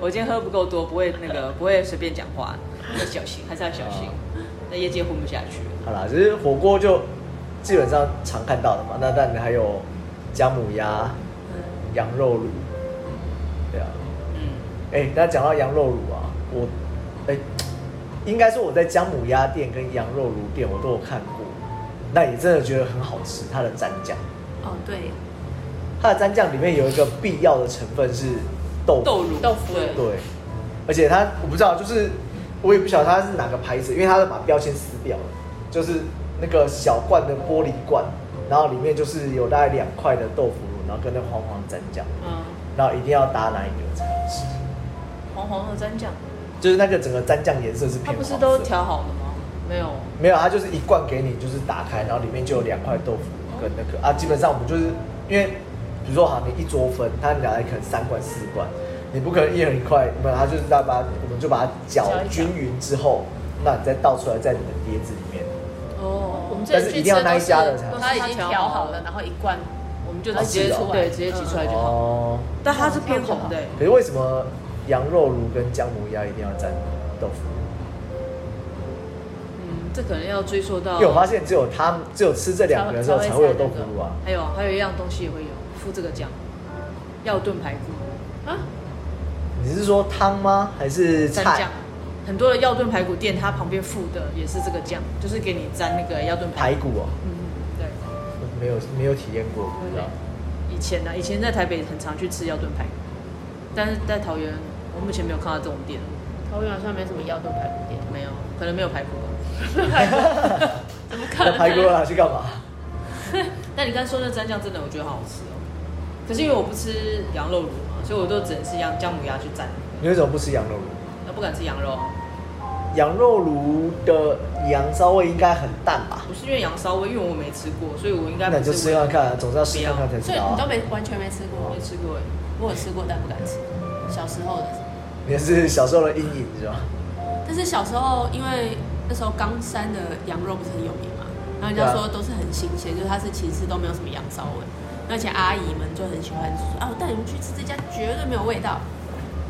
Speaker 1: 我今天喝不够多，不会那个不会随便讲话，要小心，还是要小心，
Speaker 2: 哦
Speaker 1: 在业界混不下去。
Speaker 2: 好啦，就是火锅就基本上常看到的嘛。那但还有姜母鸭、羊肉卤，对啊。
Speaker 1: 嗯，
Speaker 2: 哎、那讲到羊肉卤啊，我哎、应该说我在姜母鸭店跟羊肉卤店我都有看过，那也真的觉得很好吃，它的蘸酱。
Speaker 4: 哦对，
Speaker 2: 它的蘸酱里面有一个必要的成分是豆腐
Speaker 1: 豆乳
Speaker 4: 豆腐
Speaker 1: 对
Speaker 2: 对，而且它我不知道，就是我也不晓得它是哪个牌子，因为它是把标签撕掉了，就是那个小罐的玻璃罐，然后里面就是有大概两块的豆腐乳，然后跟那黄黄蘸酱，
Speaker 1: 嗯，
Speaker 2: 然后一定要搭奶油才好吃，
Speaker 1: 黄黄的蘸酱，
Speaker 2: 就是那个整个蘸酱颜色是
Speaker 1: 它
Speaker 2: 偏
Speaker 1: 不
Speaker 2: 黄色
Speaker 1: 是都调好的吗？没有，
Speaker 2: 没有，它就是一罐给你，就是打开，然后里面就有两块豆腐跟那个啊，基本上我们就是因为，比如说好，你一桌分，它拿来可能三罐四罐，你不可能一人一块，没有，它就是要把我们就把它搅
Speaker 1: 搅一搅
Speaker 2: 均匀之后，那你再倒出来在你的碟子里面，
Speaker 1: 哦
Speaker 4: 我们这
Speaker 2: 但是
Speaker 4: 里去
Speaker 2: 一定要
Speaker 4: 吃都
Speaker 2: 那一家的
Speaker 4: 是
Speaker 2: 才好
Speaker 1: 吃
Speaker 4: 它已经调好了，然后一罐
Speaker 1: 我们就
Speaker 2: 哦
Speaker 1: 直接
Speaker 2: 是哦
Speaker 1: 出，对，直接挤出来就好。
Speaker 2: 哦，
Speaker 1: 但它是偏红的欸、
Speaker 2: 可是为什么羊肉炉跟姜母鸭一定要沾豆腐，
Speaker 1: 嗯，这可能要追溯到
Speaker 2: 因为我发现只有他们只有吃这两个的时候才会有豆腐乳啊。
Speaker 1: 还有还有一样东西也会有附这个酱，药炖排骨
Speaker 4: 啊，
Speaker 2: 你是说汤吗？还是
Speaker 1: 蘸
Speaker 2: 菜
Speaker 1: 酱，很多的药炖排骨店它旁边附的也是这个酱，就是给你沾那个药炖
Speaker 2: 排
Speaker 1: 排骨。
Speaker 2: 骨哦？
Speaker 1: 嗯，对，
Speaker 2: 没有没有体验过，不知道。
Speaker 1: 以前啊呢、以前在台北很常去吃药炖排骨，但是在桃园我目前没有看到这种店，
Speaker 3: 桃园好像没什么药炖排骨店，
Speaker 1: 没有，可能没有排骨吧。 <laughs>
Speaker 2: 那排骨啊拿去干嘛？
Speaker 1: 但你刚才说那蘸酱真的，我觉得好好吃哦。可是因为我不吃羊肉炉嘛，所以我都只能吃羊姜母鸭去蘸，
Speaker 2: 你为什么不吃羊肉炉？
Speaker 1: 那不敢吃羊肉啊，
Speaker 2: 羊肉炉的羊骚味应该很淡吧？
Speaker 1: 不是因为羊骚味，因为我没吃过，所以我应该
Speaker 2: 那你
Speaker 1: 不
Speaker 2: 就吃看看，总是要试看看才
Speaker 4: 所
Speaker 2: 知
Speaker 4: 以
Speaker 2: 道
Speaker 4: 你都
Speaker 2: 啊。
Speaker 4: 没完全没吃过
Speaker 1: 没，吃过哎。
Speaker 4: 我有吃过，但不敢吃。小时候的时候，
Speaker 2: 你是小时候的阴影是吧？
Speaker 4: 但是小时候因为那时候冈山的羊肉不是很有名嘛，然后人家说都是很新鲜，就是它是其实都没有什么羊骚味，而且阿姨们就很喜欢说啊，我带你们去吃这家绝对没有味道。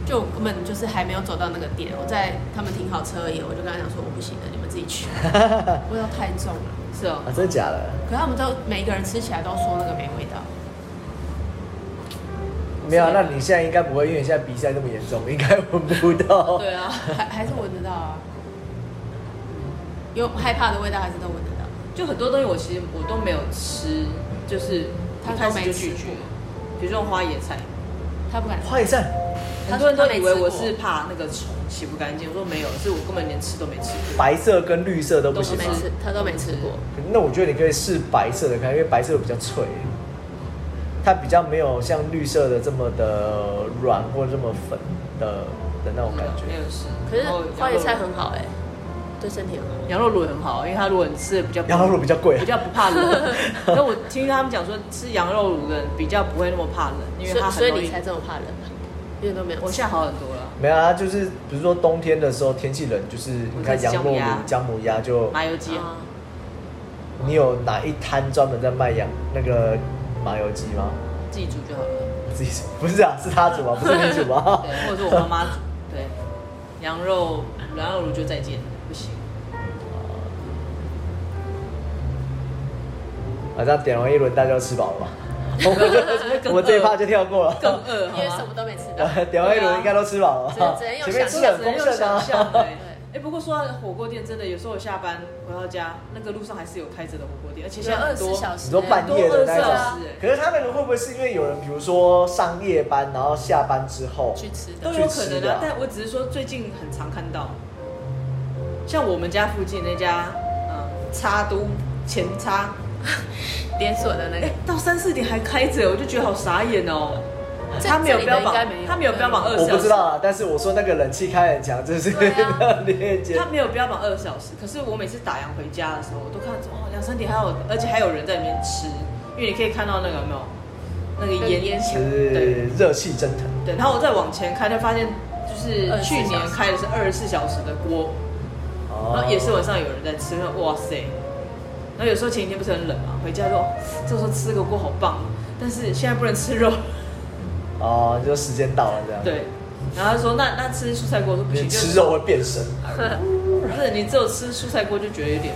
Speaker 4: 就我根本就是还没有走到那个店，我在他们停好车而已，我就跟他讲说我不行了，你们自己
Speaker 3: <laughs>
Speaker 4: 去，味道太重了。
Speaker 1: 是哦
Speaker 2: 啊，，真的假的？
Speaker 4: 可他们都每一个人吃起来都说那个没味道，
Speaker 2: 没有啊，那你现在应该不会，因为你现在鼻塞那么严重，应该闻不到。
Speaker 1: 对啊，
Speaker 4: 还还是闻得到啊，有害怕的味道还是都闻得到。
Speaker 1: 就很多东西我其实我都没有吃，就是
Speaker 4: 他
Speaker 1: 一开
Speaker 4: 都
Speaker 1: 始
Speaker 4: 没
Speaker 1: 就
Speaker 4: 吃
Speaker 1: 拒绝
Speaker 4: 过，
Speaker 1: 比如说花椰菜，
Speaker 4: 他不敢吃，
Speaker 2: 花椰菜，
Speaker 1: 很多人都
Speaker 4: 他
Speaker 1: 以
Speaker 4: 没
Speaker 1: 为
Speaker 4: 吃
Speaker 1: 我
Speaker 4: 过
Speaker 1: 是怕那个虫洗不干净，我说没有，是我根本连吃都没吃过。
Speaker 2: 白色跟绿色都不行
Speaker 3: 没
Speaker 2: 吗？
Speaker 3: 吃，他都没吃过。
Speaker 2: 那我觉得你可以试白色的看，因为白色的比较脆，它比较没有像绿色的这么的软或这么粉的的那种感觉
Speaker 1: 嗯没。有吃。
Speaker 3: 可是
Speaker 1: 哦然后
Speaker 3: 花椰菜
Speaker 1: 羊肉
Speaker 3: 很好哎，
Speaker 4: 欸
Speaker 3: 对身体很好。
Speaker 1: 羊肉卤也很好，因为它如果你吃的比较
Speaker 2: 羊肉炉比较贵
Speaker 1: 比，较不怕 <laughs> 冷。那我听他们讲说，吃羊肉卤的人比较不会那么怕冷，因为它
Speaker 3: 所
Speaker 1: 很
Speaker 3: 所以
Speaker 1: 容
Speaker 3: 你
Speaker 1: 易
Speaker 3: 才。这么怕冷，因为都没有吃。
Speaker 1: 我现在好很多了，
Speaker 2: 没有啊，就是比如说冬天的时候天气冷，就是你看羊肉炉、姜母鸭 <laughs> 就，
Speaker 1: 麻油鸡
Speaker 3: 啊
Speaker 2: 你有哪一摊专门在卖羊那个麻油鸡 <laughs> 吗？
Speaker 1: 自己煮就好了，
Speaker 2: 自己不是啊，是他煮吗？不是你煮 <laughs> 吗？
Speaker 1: 对，或者是我妈妈煮，对，羊肉羊肉卤就再见，不行。
Speaker 2: 啊，这样点完一轮大家都吃饱 <laughs> 了吧？我们 <laughs> 就我们这一趴就跳过
Speaker 1: 更
Speaker 2: 了，
Speaker 1: 饿，好
Speaker 4: 因为什
Speaker 1: 吗
Speaker 4: 么？都没
Speaker 2: <laughs>
Speaker 4: 吃
Speaker 1: <laughs>
Speaker 4: 到。
Speaker 2: 呃点完一轮应该都吃饱了吧？
Speaker 3: 只能用
Speaker 2: 前面吃的很丰
Speaker 1: 只能用
Speaker 2: 盛
Speaker 1: 想象
Speaker 2: <laughs> 啊。
Speaker 1: 对。哎、不过说到火锅店，真的有时候我下班回到家，那个路上还是有开着的火锅店，而且现在很多
Speaker 4: 24小时
Speaker 2: 你说半夜的那
Speaker 1: 很
Speaker 2: 种
Speaker 1: 多二十小时欸，
Speaker 2: 可是他那个会不会是因为有人，比如说上夜班，然后下班之后，
Speaker 4: 去吃的
Speaker 1: 都有可能啊。但我只是说最近很常看到，像我们家附近那家，嗯，叉都前叉，
Speaker 4: 连锁的那
Speaker 1: 哎、
Speaker 4: 个，
Speaker 1: 到三四点还开着，我就觉得好傻眼哦。
Speaker 4: 这
Speaker 1: 他没有
Speaker 4: 这里
Speaker 1: 标
Speaker 4: 的
Speaker 1: 榜
Speaker 4: 应该没，有
Speaker 1: 他没有标榜二十
Speaker 2: 我
Speaker 1: 小时，
Speaker 2: 不知道啊。但是我说那个冷气开很强，这是
Speaker 4: 对啊
Speaker 2: <laughs> 热烈间
Speaker 1: 他。没有标榜二十小时，可是我每次打烊回家的时候，我都看到哦，两三点还有，而且还有人在里面吃，因为你可以看到那个有没有那个烟烟墙，
Speaker 2: 是
Speaker 1: 对
Speaker 2: 热气蒸腾，
Speaker 1: 对。然后我再往前开，就发现就是
Speaker 4: 24
Speaker 1: 去年
Speaker 4: 小时
Speaker 1: 开的是二十四小时的锅，
Speaker 2: 哦
Speaker 1: 然后也是晚上有人在吃，那哇塞。然后有时候前一天不是很冷嘛，回家就哦这时候吃个锅好棒，啊但是现在不能吃肉， <laughs>
Speaker 2: 哦，你说时间到了这样。，
Speaker 1: 对。然后他说那那吃蔬菜锅我说不行，
Speaker 2: 你
Speaker 1: 就
Speaker 2: 吃肉会变身，
Speaker 1: <laughs> 不是你只有吃蔬菜锅就觉得有点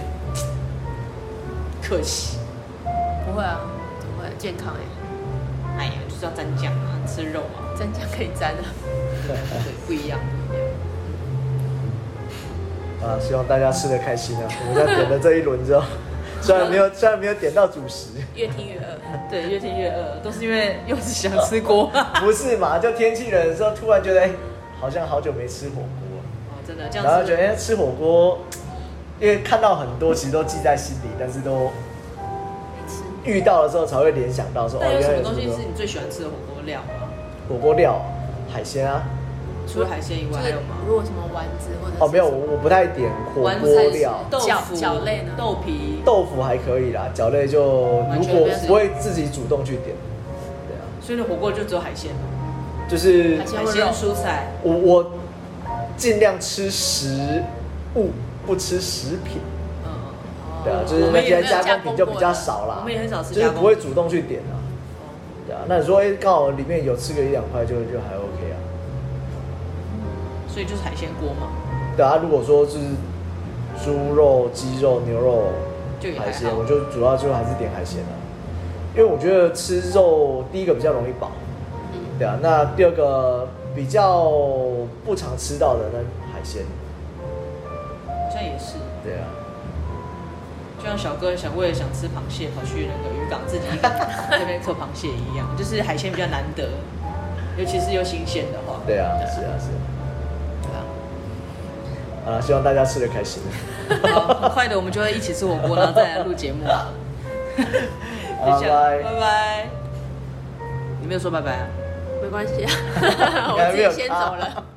Speaker 1: 可惜。
Speaker 4: 不会啊，不会健康哎，
Speaker 1: 哎呀，就是要蘸酱啊，吃肉
Speaker 3: <laughs>
Speaker 1: 啊，
Speaker 4: 蘸酱可以蘸啊。
Speaker 1: 对，不一样，不一样。
Speaker 2: 啊，希望大家吃的开心啊！我们在点了这一轮之后，虽然没有虽然没有点到主食，
Speaker 4: 越听越饿，
Speaker 1: 对，越听越饿，都是因为柚子想吃锅。哦，
Speaker 2: <laughs> 不是嘛？就天气冷的时候，突然觉得哎、好像好久没吃火锅了。
Speaker 1: 真的这样
Speaker 2: 然后
Speaker 1: 子，
Speaker 2: 觉得、哎吃火锅，因为看到很多其实都记在心里，但是都遇到的时候才会联想到说哦，
Speaker 1: 但有
Speaker 2: 原
Speaker 1: 什
Speaker 2: 来
Speaker 1: 么东西
Speaker 2: 这么多
Speaker 1: 是你最喜欢吃的火锅料啊？
Speaker 2: 火锅料、海鲜啊。
Speaker 1: 除了海鲜以外，
Speaker 4: 就
Speaker 1: 还
Speaker 4: 是
Speaker 1: 有吗？
Speaker 4: 如果什么丸子或者
Speaker 2: 哦，没有，
Speaker 4: 是什么
Speaker 2: 我我不太点火锅
Speaker 1: 丸子还是
Speaker 2: 料，
Speaker 1: 豆
Speaker 4: 饺
Speaker 1: 腐、
Speaker 4: 饺类呢
Speaker 1: 豆皮。
Speaker 2: 豆腐还可以啦，饺类就
Speaker 1: 完
Speaker 2: 如
Speaker 1: 全
Speaker 2: 果
Speaker 1: 没有吃
Speaker 2: 不会自己主动去点，对啊，
Speaker 1: 所以你火锅就只有海鲜，
Speaker 2: 就是
Speaker 4: 海鲜
Speaker 1: 海
Speaker 4: 或
Speaker 1: 鲜
Speaker 4: 肉
Speaker 1: 蔬菜。
Speaker 2: 我我尽量吃食物，不吃食品。
Speaker 1: 嗯，
Speaker 2: 对啊，
Speaker 4: 哦
Speaker 2: 就是
Speaker 1: 我
Speaker 2: 那
Speaker 1: 们也
Speaker 2: 些
Speaker 1: 没有
Speaker 2: 加
Speaker 4: 加
Speaker 2: 工品
Speaker 4: 工
Speaker 2: 就
Speaker 4: 过
Speaker 2: 比较
Speaker 4: 的
Speaker 2: 少啦，
Speaker 1: 啊我们也很少吃
Speaker 2: 就
Speaker 1: 加
Speaker 2: 是
Speaker 1: 工
Speaker 2: 不会主动去点啊。
Speaker 1: 哦
Speaker 2: 对啊，那你说哎刚好里面有吃个一两块就就还 OK 啊。
Speaker 1: 所以就是海鲜锅嘛，
Speaker 2: 对啊，如果说就是猪肉、鸡肉、牛肉
Speaker 1: 就也还好
Speaker 2: 海鲜，我就主要就还是点海鲜啊，因为我觉得吃肉第一个比较容易饱，
Speaker 1: 嗯
Speaker 2: 对啊，那第二个比较不常吃到的那海鲜，
Speaker 1: 好像也是。
Speaker 2: 对啊，
Speaker 1: 就像小哥想为了想吃螃蟹，跑去那个渔港自己一个人那边刻螃蟹一样，就是海鲜比较难得，尤其是又新鲜的话。
Speaker 2: 对啊，是啊，是啊。
Speaker 1: 对啊。
Speaker 2: 啊，希望大家吃的开心。
Speaker 1: 好，很快的我们就会一起吃火锅，然后再来
Speaker 2: <laughs>
Speaker 1: 录节目啊。就这样
Speaker 2: 拜拜
Speaker 1: 拜拜。你没有说拜拜啊？
Speaker 2: <laughs>
Speaker 3: 没关系啊，我自己先走了。